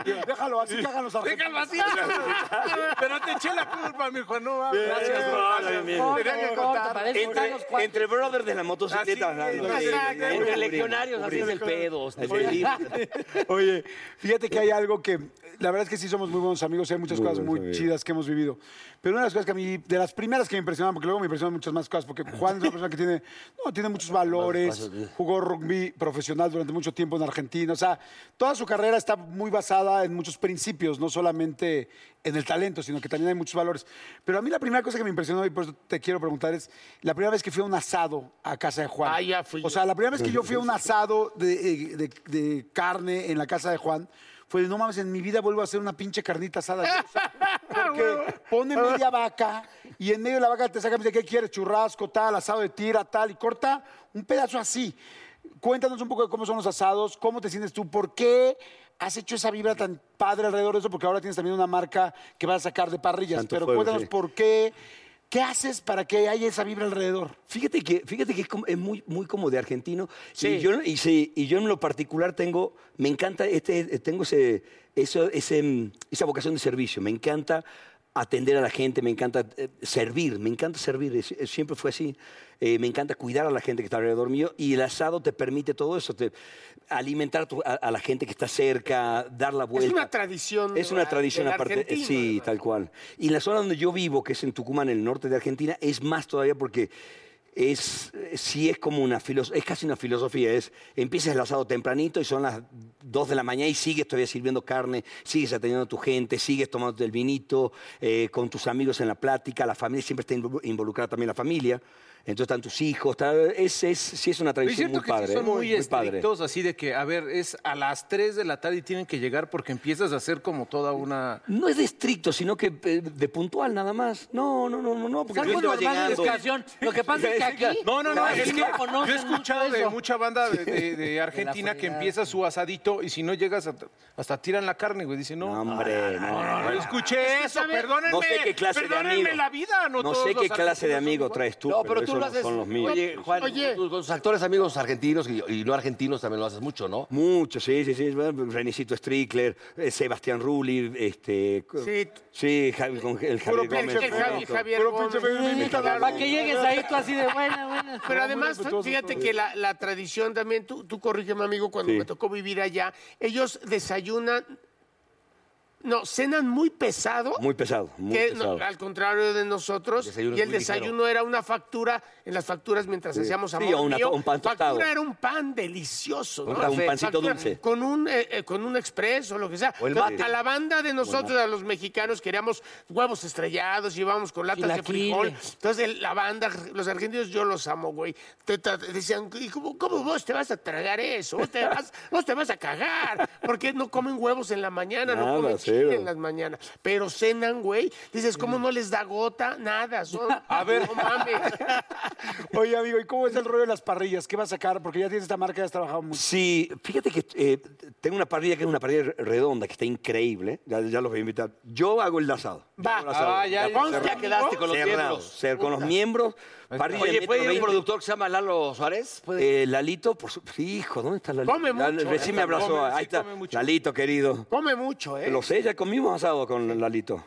B: Déjalo así que hagan los argentinos.
F: Déjalo así. Pero te eché la culpa, mi Juan, no mames.
I: Gracias, bro. Bien, bien.
F: Tenía que contar.
I: Entre, entre brothers de la motocicleta.
F: Así
I: ¿no?
F: es.
I: Sí,
F: Exacto.
I: sí, sí.
C: Entre legionarios, así es el pedo.
I: Así es.
B: Oye, fíjate que hay algo que, la verdad es que sí somos muy buenos amigos, hay muchas cosas muy chidas que hemos vivido. Pero una de las cosas que a mí, de las primeras que me impresionaron, porque luego me impresionan muchas más cosas, porque Juan es una persona que tiene, no, tiene muchos valores, jugó rugby profesional durante mucho tiempo en Argentina, o sea, toda su carrera está muy basada en muchos principios, no solamente en el talento, sino que también hay muchos valores. Pero a mí la primera cosa que me impresionó, y por eso te quiero preguntar, es la primera vez que fui a un asado a casa de Juan.
E: Ah, ya fui
B: O sea, la primera vez que yo fui a un asado de, de- de carne en la casa de Juan, fue de no mames, en mi vida vuelvo a hacer una pinche carnita asada. O sea, Porque pone media vaca y en medio de la vaca te sacan, dice, ¿qué quieres? Churrasco, tal, asado de tira, tal, y corta un pedazo así. Cuéntanos un poco de cómo son los asados, cómo te sientes tú, por qué has hecho esa vibra tan padre alrededor de eso, porque ahora tienes también una marca que vas a sacar de parrillas.
I: Santo
B: Pero
I: fuego,
B: cuéntanos
I: sí.
B: por qué, qué haces para que haya esa vibra alrededor.
I: Fíjate que, fíjate que es, como- es muy, muy como de argentino. Y, yo, y, sí, y yo en lo particular tengo, me encanta, este, tengo ese, eso- ese, mm, esa vocación de servicio. Me encanta atender a la gente, me encanta eh, servir, me encanta servir, es- es- siempre fue así. Eh, me encanta cuidar a la gente que está alrededor mío y el asado te permite todo eso, te- alimentar a tu- a, a la gente que está cerca, dar la vuelta.
E: una tradición
I: Es una
E: del
I: tradición aparte.
E: argentino,
I: Sí,
E: además.
I: tal cual. Y la zona donde yo vivo, que es en Tucumán, en el norte de Argentina, es más todavía porque es eh, sí es como una filosofía, es casi una filosofía, es empiezas el asado tempranito y son las 2 de la mañana y sigues todavía sirviendo carne, sigues atendiendo a tu gente, sigues tomándote el vinito eh, con tus amigos en la plática, la familia siempre está invo- involucrada también la familia. Entonces están tus hijos, está- es, es- sí es una
F: Pero es
I: tradición
F: cierto
I: muy
F: que sí
I: padre.
F: son
I: ¿eh?
F: muy,
I: padre.
F: estrictos, así de que, a ver, es a las 3 de la tarde y tienen que llegar porque empiezas a hacer como toda una...
I: No es de estricto, sino que eh, de puntual nada más. No, no, no, no, no, porque
D: Algo
I: yo estaba
D: normal en
I: llegando.
D: educación. Lo que pasa es que aquí.
F: No, no, no,
D: Claro,
F: es
D: aquí
F: que
D: no conocen
F: yo he
D: mucho
F: escuchado de
D: eso.
F: mucha banda de, de- de Argentina que
D: friega.
F: empieza su asadito y si no llegas hasta, hasta tiran la carne, güey. Dice, no,
I: No, hombre, no.
F: no, no, escuché eso, perdónenme.
I: No sé qué clase de
F: perdónenme
I: amigo.
F: la vida. No,
I: No
F: todos
I: sé
F: los
I: qué clase
F: argentinos
I: de
F: son
I: amigo
F: iguales.
I: traes tú,
C: No,
I: pero, esos no son los míos.
C: Oye, Juan,
E: Oye.
C: Tus, con tus actores amigos argentinos y, y no argentinos también lo haces mucho, ¿no?
I: Muchos, sí, sí, sí. bueno, Renicito Strickler, eh, Sebastián Rulli, este...
E: Sí.
I: Sí, Javi- con el Javier Gómez.
E: pinche Javi- Javier
B: Puro
E: Gómez.
B: pinche Javier Gómez.
D: Para que llegues ahí tú así de buena, buena.
E: Pero además,
B: muy respetuosos
E: fíjate
B: todos.
E: que la, la tradición también, tú, tú corrígeme, amigo, cuando
I: Sí.
E: me tocó vivir allá, ellos desayunan, no, cenan muy pesado.
I: Muy pesado, muy
E: que no,
I: pesado.
E: al contrario de nosotros,
C: Desayuno
E: y
C: es
E: el
C: muy ligero.
E: desayuno era una factura, en las facturas mientras hacíamos
I: Sí,
E: amor
I: o una-
E: mío,
I: un pan tostado.
E: factura era un pan delicioso, ¿no?
I: Un pan- un pancito dulce.
E: Con un, eh, eh, con un expreso, lo que sea.
I: O el
E: Entonces,
I: mate.
E: a la banda de nosotros, a los mexicanos, queríamos huevos estrellados, llevábamos con latas de frijol.
D: Chilaquiles.
E: Entonces, el- la banda, los argentinos, yo los amo, güey. Te- te- te decían, "¿Y cómo, cómo vos te vas a tragar eso? Vos te vas, vos te vas a cagar. Porque no comen huevos en la mañana, no
I: Nada,
E: comen
I: sí. Cero.
E: en las mañanas. Pero cenan, güey. Dices, ¿cómo no les da gota? Nada. Son,
B: A ver.
E: No mames.
B: Oye, amigo, ¿y cómo es el rollo de las parrillas? ¿Qué vas a sacar? Porque ya tienes esta marca, ya has trabajado mucho.
I: Sí, fíjate que eh, tengo una parrilla que es una parrilla redonda, que está increíble. Ya, ya los voy a invitar. Yo hago el asado.
E: Va.
I: Ah,
C: ya, ya, ya quedaste con los miembros.
I: con los miembros. Parrilla de
C: Oye,
I: metro
C: ¿puede ir un
I: 20.
C: productor que se llama Lalo Suárez? ¿Puede?
I: Eh, Lalito, por su... hijo, ¿dónde está Lalito?
E: Come
I: Ya,
E: mucho,
I: Recién me
E: come,
I: abrazó.
E: come,
I: Ahí
E: sí,
I: está.
E: come mucho.
I: Lalito, querido.
E: Come mucho, ¿eh?
I: Lo sé, ya comimos asado con Lalito.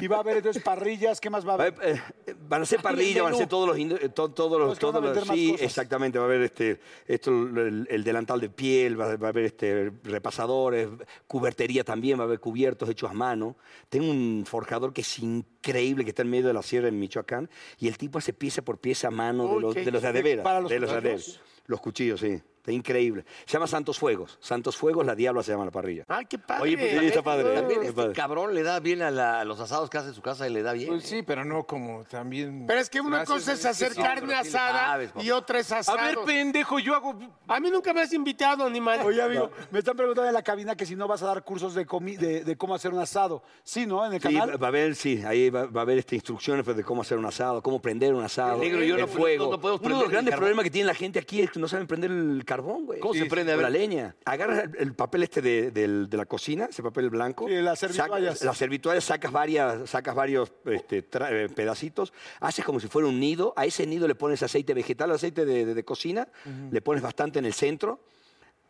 B: Y va a haber entonces parrillas, ¿qué más va a
I: Va-
B: haber?
I: eh, Van a ser parrilla, van a ser todos los... indo- eh, to- todos los,
B: es Pues
F: Pues
B: que van a
I: todos los-
B: vender más
I: sí,
B: cosas.
I: exactamente. Va a haber este, esto, el, el delantal de piel, va, va a haber este, repasadores, cubertería también, va a haber cubiertos hechos a mano. Tengo un forjador que es increíble, que está en medio de la sierra en Michoacán, y el tipo hace pieza por pieza a mano de
E: Uy,
I: los
E: qué-
I: de, los de adeveras.
B: para los
I: de los de
B: cuchillos.
I: adeveras. Los cuchillos, sí. Está increíble. Se llama Santos Fuegos. Santos Fuegos, la diabla se llama la parrilla.
E: Ay, qué padre.
I: Oye, pues, sí, está padre.
C: También
I: está
C: este
I: padre.
C: cabrón le da bien a, la- a los asados que hace en su casa y le da bien. ¿eh?
F: Pues sí, pero no como también.
E: Pero es que una
F: Gracias,
E: cosa es
F: sí,
E: hacer
F: sí,
E: carne
F: pero sí le
E: asada
C: sabes, papá.
E: y otra es
F: A
E: asado.
F: ver, pendejo, yo hago.
E: A mí nunca me has invitado, animal.
B: Oye, amigo, me están preguntando en la cabina que si no vas a dar cursos de, comi- de, de cómo hacer un asado. Sí, ¿no? En el
I: Sí,
B: canal.
I: va va a haber, sí, ahí va, va a haber este, instrucciones pues, de cómo hacer un asado, cómo prender un asado.
C: El negro y yo
I: el
C: no-
I: fuego.
C: no- no podemos
I: Uno de
C: prender
I: los
C: el
I: grandes
C: carbón.
I: problemas que tiene la gente aquí es que no saben prender el carbón, güey.
C: ¿Cómo se
I: Sí,
C: prende? A
I: o
C: ver.
I: la leña. Agarras el, el papel este de, del- de la cocina, ese papel blanco.
B: Sí, las
I: sacas-
B: servituallas.
I: las servituallas, sacas, varias, sacas varios este, tra- eh, pedacitos, haces como si fuera un nido. A ese nido le pones aceite vegetal, aceite de, de- de cocina, le pones bastante en el centro.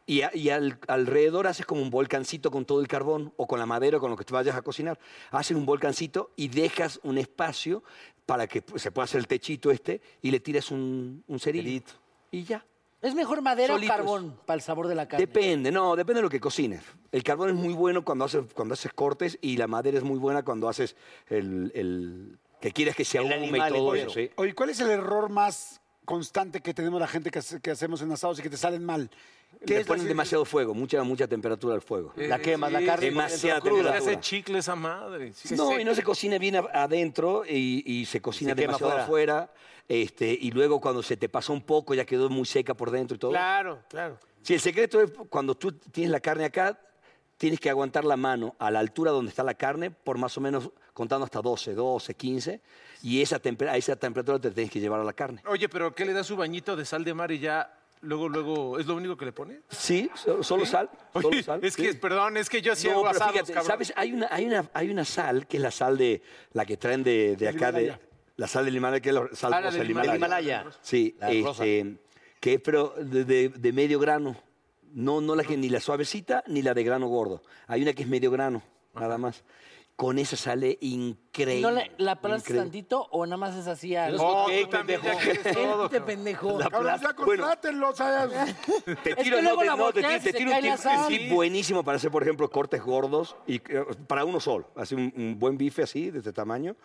I: Y, a- y al- alrededor haces como un volcancito con todo el carbón o con la madera o con lo que te vayas a cocinar. Haces un volcancito y dejas un espacio para que se pueda hacer el techito este y le tiras un, un cerillo. Y ya.
D: ¿Es mejor madera
I: Solitos.
D: o carbón para el sabor de la carne?
I: Depende, no, depende de lo que cocines. El carbón es muy bueno cuando haces, cuando haces cortes y la madera es muy buena cuando haces el... el- que quieres que se
C: El
I: ahume y
C: animal,
I: todo
C: el
I: eso,
C: cuero.
I: ¿sí?
B: Oye, ¿cuál es el error más constante que tenemos la gente que, hace- que hacemos en asados y que te salen mal? ¿Qué
I: Le
B: es
I: ponen
B: la-
I: demasiado fuego, mucha, mucha temperatura al fuego.
C: La quema, la carne.
I: demasiada
C: cruda.
F: Se hace
I: temperatura.
F: chicle esa madre. sí.
I: No, y no se cocina bien a- adentro y, y se cocina
C: Se quema
I: demasiado afuera. este, y luego cuando se te pasó un poco ya quedó muy seca por dentro y todo.
E: Claro, claro.
I: Sí, el secreto es cuando tú tienes la carne acá, tienes que aguantar la mano a la altura donde está la carne por más o menos contando hasta 12, 12, 15. Y esa temper- a esa temperatura te tienes que llevar a la carne.
F: Oye, pero ¿qué le da su bañito de sal de mar y ya luego, luego, es lo único que le pone?
I: Sí, so- solo sal. Solo
F: Oye,
I: sal
F: es que,
I: sí.
F: perdón, es que yo sí
I: No,
F: hago
I: pero
F: asados,
I: fíjate,
F: cabrón.
I: ¿sabes? Hay una, hay, una, hay una sal que es la sal de la que traen de, de acá, de,
B: Himalaya.
I: la sal del Himalaya, que es la sal
F: Ah, la del
I: rosa del Himalaya.
C: Himalaya.
I: Sí,
C: La rosa.
I: este, que es pero de, de- de medio grano. No, no la que ni la suavecita ni la de grano gordo. Hay una que es medio grano, nada más. Con esa sale increíble.
D: ¿No la, la aplastas
I: increíble.
D: tantito o nada más es así a...
C: No,
F: Oh,
C: Ok,
F: tú también ya
C: pendejo.
F: quieres todo,
D: Este
F: cabrón.
D: pendejo.
B: Cabrón, ya
I: Bueno.
B: contrátenlo, o sea,
I: Te
D: Es
I: tiro, no,
D: que luego
I: te,
D: la
I: no, te
D: volteas
I: tiro-
D: y
I: te
D: se
I: tiro
D: cae
I: un
D: la
I: tip,
D: sal.
I: tip buenísimo para hacer, por ejemplo, cortes gordos y eh, para uno solo. Así un, un buen bife así, de este tamaño.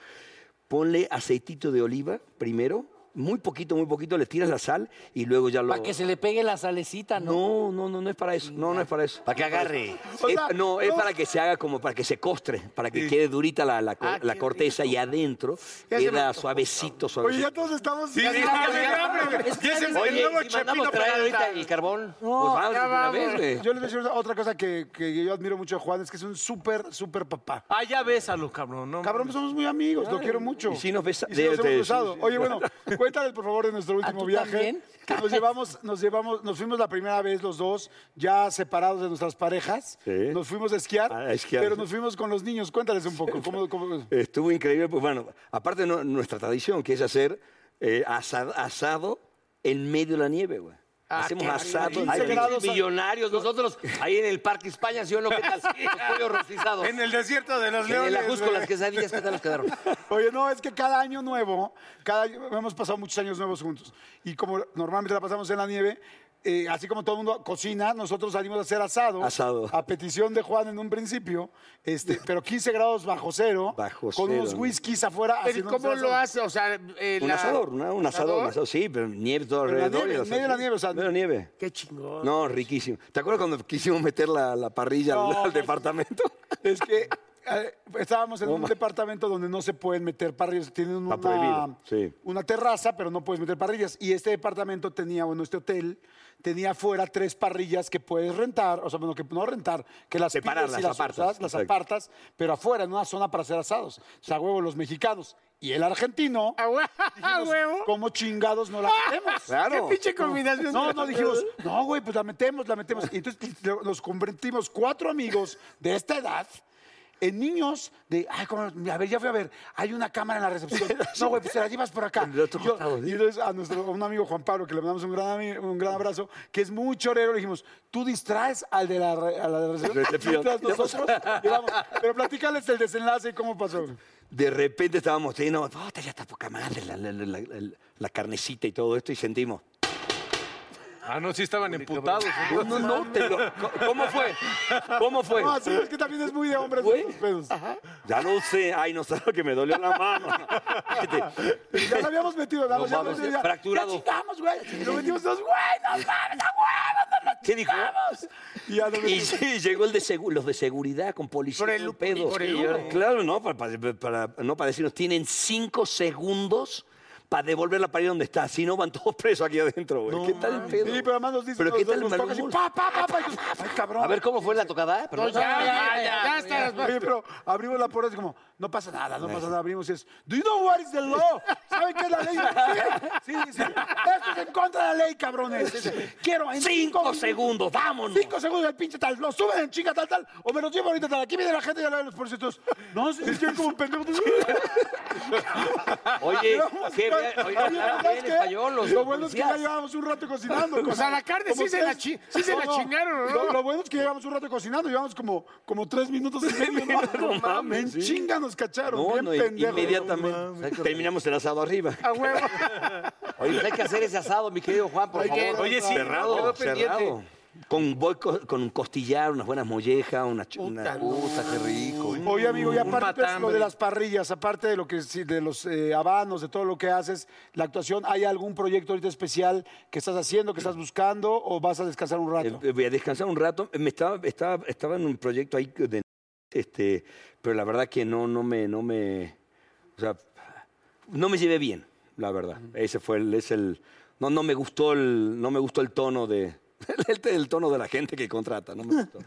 I: Ponle aceitito de oliva primero, muy poquito, muy poquito, le tiras la sal y luego ya lo...
D: Para que se le pegue la salecita, ¿no?
I: No, no, no, no es para eso. No, no es para eso.
C: Para que agarre.
I: Es-
B: O sea,
I: no, es
B: no.
I: para que se haga como para que se costre, para que quede durita la, la co-
D: Ah,
I: la corteza y adentro queda suavecito,
B: oye, ya
I: suavecito.
B: todos estamos...
F: Sí, sí, ya, ya, ya, ya es el
C: Oye,
F: nuevo
C: si mandamos
F: Chapino
C: traer ahorita
F: Peralta.
C: el carbón.
I: Pues vamos de una vez, güey.
B: Yo les voy a decir otra cosa que, que yo admiro mucho de Juan, es que es un súper, súper papá.
F: Ah, ya bésalo, cabrón. No,
B: Cabrón, pues somos muy amigos, lo quiero mucho.
I: y sí nos besa-
B: sí nos
I: de- de-
B: hemos besado.
I: sí, sí.
B: Oye, bueno, cuéntale por favor de nuestro último
D: tú
B: viaje.
D: también?
B: Que nos llevamos, nos llevamos, nos fuimos la primera vez los dos, ya separados de nuestras parejas.
I: Sí. Ah,
B: Nos fuimos a esquiar,
I: A esquiar.
B: pero nos fuimos con los niños. Cuéntales un poco. ¿cómo, cómo-
I: Estuvo increíble, pues bueno, aparte no- nuestra tradición, que es hacer eh, asad- asado en medio de la nieve, güey.
B: Ah,
E: Ah,
I: Hacemos asado.
B: maravilla.
I: en medio.
B: grados.
C: Millonarios, nosotros ahí en el Parque España, ¿sí o no? ¿Qué tal? Los pollos rostizados.
F: En el desierto de los
C: En
F: leones.
C: el ajusco,
F: güey.
C: las quesadillas, ¿qué tal nos quedaron?
B: Oye, no, es que cada año nuevo, cada año- hemos pasado muchos años nuevos juntos. Y como normalmente la pasamos en la nieve, eh, así como todo el mundo cocina, nosotros salimos a hacer asado.
I: Asado.
B: A petición de Juan en un principio, este, pero 15 grados bajo cero.
I: Bajo
B: con
I: cero,
B: unos
I: ¿no?
B: whiskies afuera.
E: Pero ¿y
B: haciendo
E: cómo
B: nuestro
E: lo
B: asado.
E: hace? O sea, eh,
I: Un
E: la-
I: asador, ¿no? un asador, un asador, sí, pero nieve todo
B: Pero en la
I: alrededor.
B: nieve,
I: y el
B: en medio de la
I: asador.
B: nieve, o sea, Oh.
I: En medio de la nieve.
E: Qué chingón.
I: No, riquísimo. ¿Te acuerdas cuando quisimos meter la, la parrilla al-
B: No,
I: al,
B: no.
I: departamento?
B: Es que eh, estábamos en un departamento donde no se pueden meter parrillas. Tienen una,
I: Está prohibido, sí.
B: una terraza, pero no puedes meter parrillas. Y este departamento tenía, bueno, este hotel tenía afuera tres parrillas que puedes rentar, o sea, bueno, que no rentar, que las
C: Separarlas,
B: pides y las
C: apartas.
B: usas, las
C: Exacto.
B: apartas, pero afuera, en una zona para hacer asados. O sea, huevo, los mexicanos y el argentino.
E: ¡Ah, huevo!
B: ¿Cómo chingados no la metemos?
I: Claro.
E: ¡Qué pinche combinación!
B: No, no, dijimos, no, güey, pues la metemos, la metemos. Y entonces lo- nos convertimos cuatro amigos de esta edad en niños de, ay, ¿cómo? a ver, ya fui a ver, hay una cámara en la recepción. No, güey, pues te la llevas por acá.
I: En el otro
B: Y yo-
I: costado, ¿sí?
B: y entonces a, nuestro, a un amigo Juan Pablo, que le mandamos un gran, ami- un gran abrazo, que es muy chorero, le dijimos, tú distraes al de la, re- a la recepción,
I: Recepción.
B: mientras nosotros llevamos. Pero platícales el desenlace y cómo pasó.
I: De repente estábamos teniendo, "Oh, ya está poca madre la, la- la- la- la carnecita y todo esto, y sentimos.
F: Ah, no, sí estaban emputados.
I: No, no, no, te lo- ¿Cómo fue? ¿Cómo fue?
B: No, sí, es que también es muy de hombres
I: Güey.
B: esos pedos.
I: Ya lo sé. Ay, no sabes lo que me dolió la mano. Fíjate.
B: Ya lo habíamos metido, la
C: No
B: ya lo
C: mames,
B: habíamos- ya-
C: fracturado.
B: Ya chingamos, güey. Lo metimos dos, güey, no mames, a huevo, no lo
C: ¿Qué dijo?
B: chingamos. Y ya lo
I: Y
B: metimos.
I: sí, llegó el de segu- los de seguridad con policía.
E: Por el-
I: en pedo.
E: por el
I: Sí,
E: humo.
I: Claro, no, para, para- para- no para decirnos, tienen cinco segundos para devolver la pared donde está. Si no, van todos presos aquí adentro, güey. ¿Qué tal el pedo?
B: Sí, pero además nos dice,
I: ¿Pero
B: nos,
I: qué tal
B: nos
I: el
B: toca así,
I: mal
B: pa, pa, pa, pa, y nos- ay, cabrón.
C: A ver, ¿cómo fue la
I: ¿eh?
C: tocada? Perdón.
E: Pues ya, ya, ya, ya está.
B: Oye, pero abrimos la puerta y como, no pasa nada, no pasa nada. Abrimos y es, ¿do you know what is the law? ¿Saben qué es la ley? Sí, sí, sí. Esto es en contra de la ley, cabrones. Quiero en
I: Cinco segundos, vámonos.
B: Cinco segundos el pinche tal, lo suben en chinga tal, tal, o me los llevo ahorita tal. Aquí viene la gente y ya la de los pobrecitos. No, se sienten como pendejos.
C: Oye,
B: Llevamos
C: qué
B: cuatro-
C: bien, oye,
B: Oye,
C: hablaban
B: ¿sabes
C: bien
B: qué?
C: español los
B: Lo bueno es que ya
C: policías.
B: llevábamos un rato cocinando.
E: O sea, Pues la carne
B: como
E: sí se la chi- sí se la chingaron, ¿no?
B: Lo, lo bueno es que llevábamos un rato cocinando, llevamos como, como tres minutos y medio. No,
I: No mames,
B: En
I: sí.
B: chinga nos cacharon,
I: No,
B: bien
I: no,
B: pendejos.
I: inmediatamente. Terminamos el asado arriba.
E: A huevo.
C: Oye, pues hay que hacer ese asado, mi querido Juan, por favor.
F: Oye, sí,
I: cerrado,
F: quedó pendiente.
I: cerrado. Con, boi- co- con un costillar, unas buenas mollejas, una, ch- una
C: Puta, qué rico.
B: Oye, amigo, y
F: Un
B: aparte entonces, lo
F: matambre.
B: de las parrillas, aparte de lo que sí, de los eh, habanos, de todo lo que haces, la actuación, ¿hay algún proyecto ahorita especial que estás haciendo, que estás buscando o vas a descansar un rato?
I: Eh, voy a descansar un rato. Me estaba, estaba, estaba en un proyecto ahí de este, pero la verdad que no, no me, no me, o sea, no me llevé bien, la verdad. Ese fue el, es el, no, no me gustó el, no me gustó el tono de, el, el tono de la gente que contrata, no me gustó.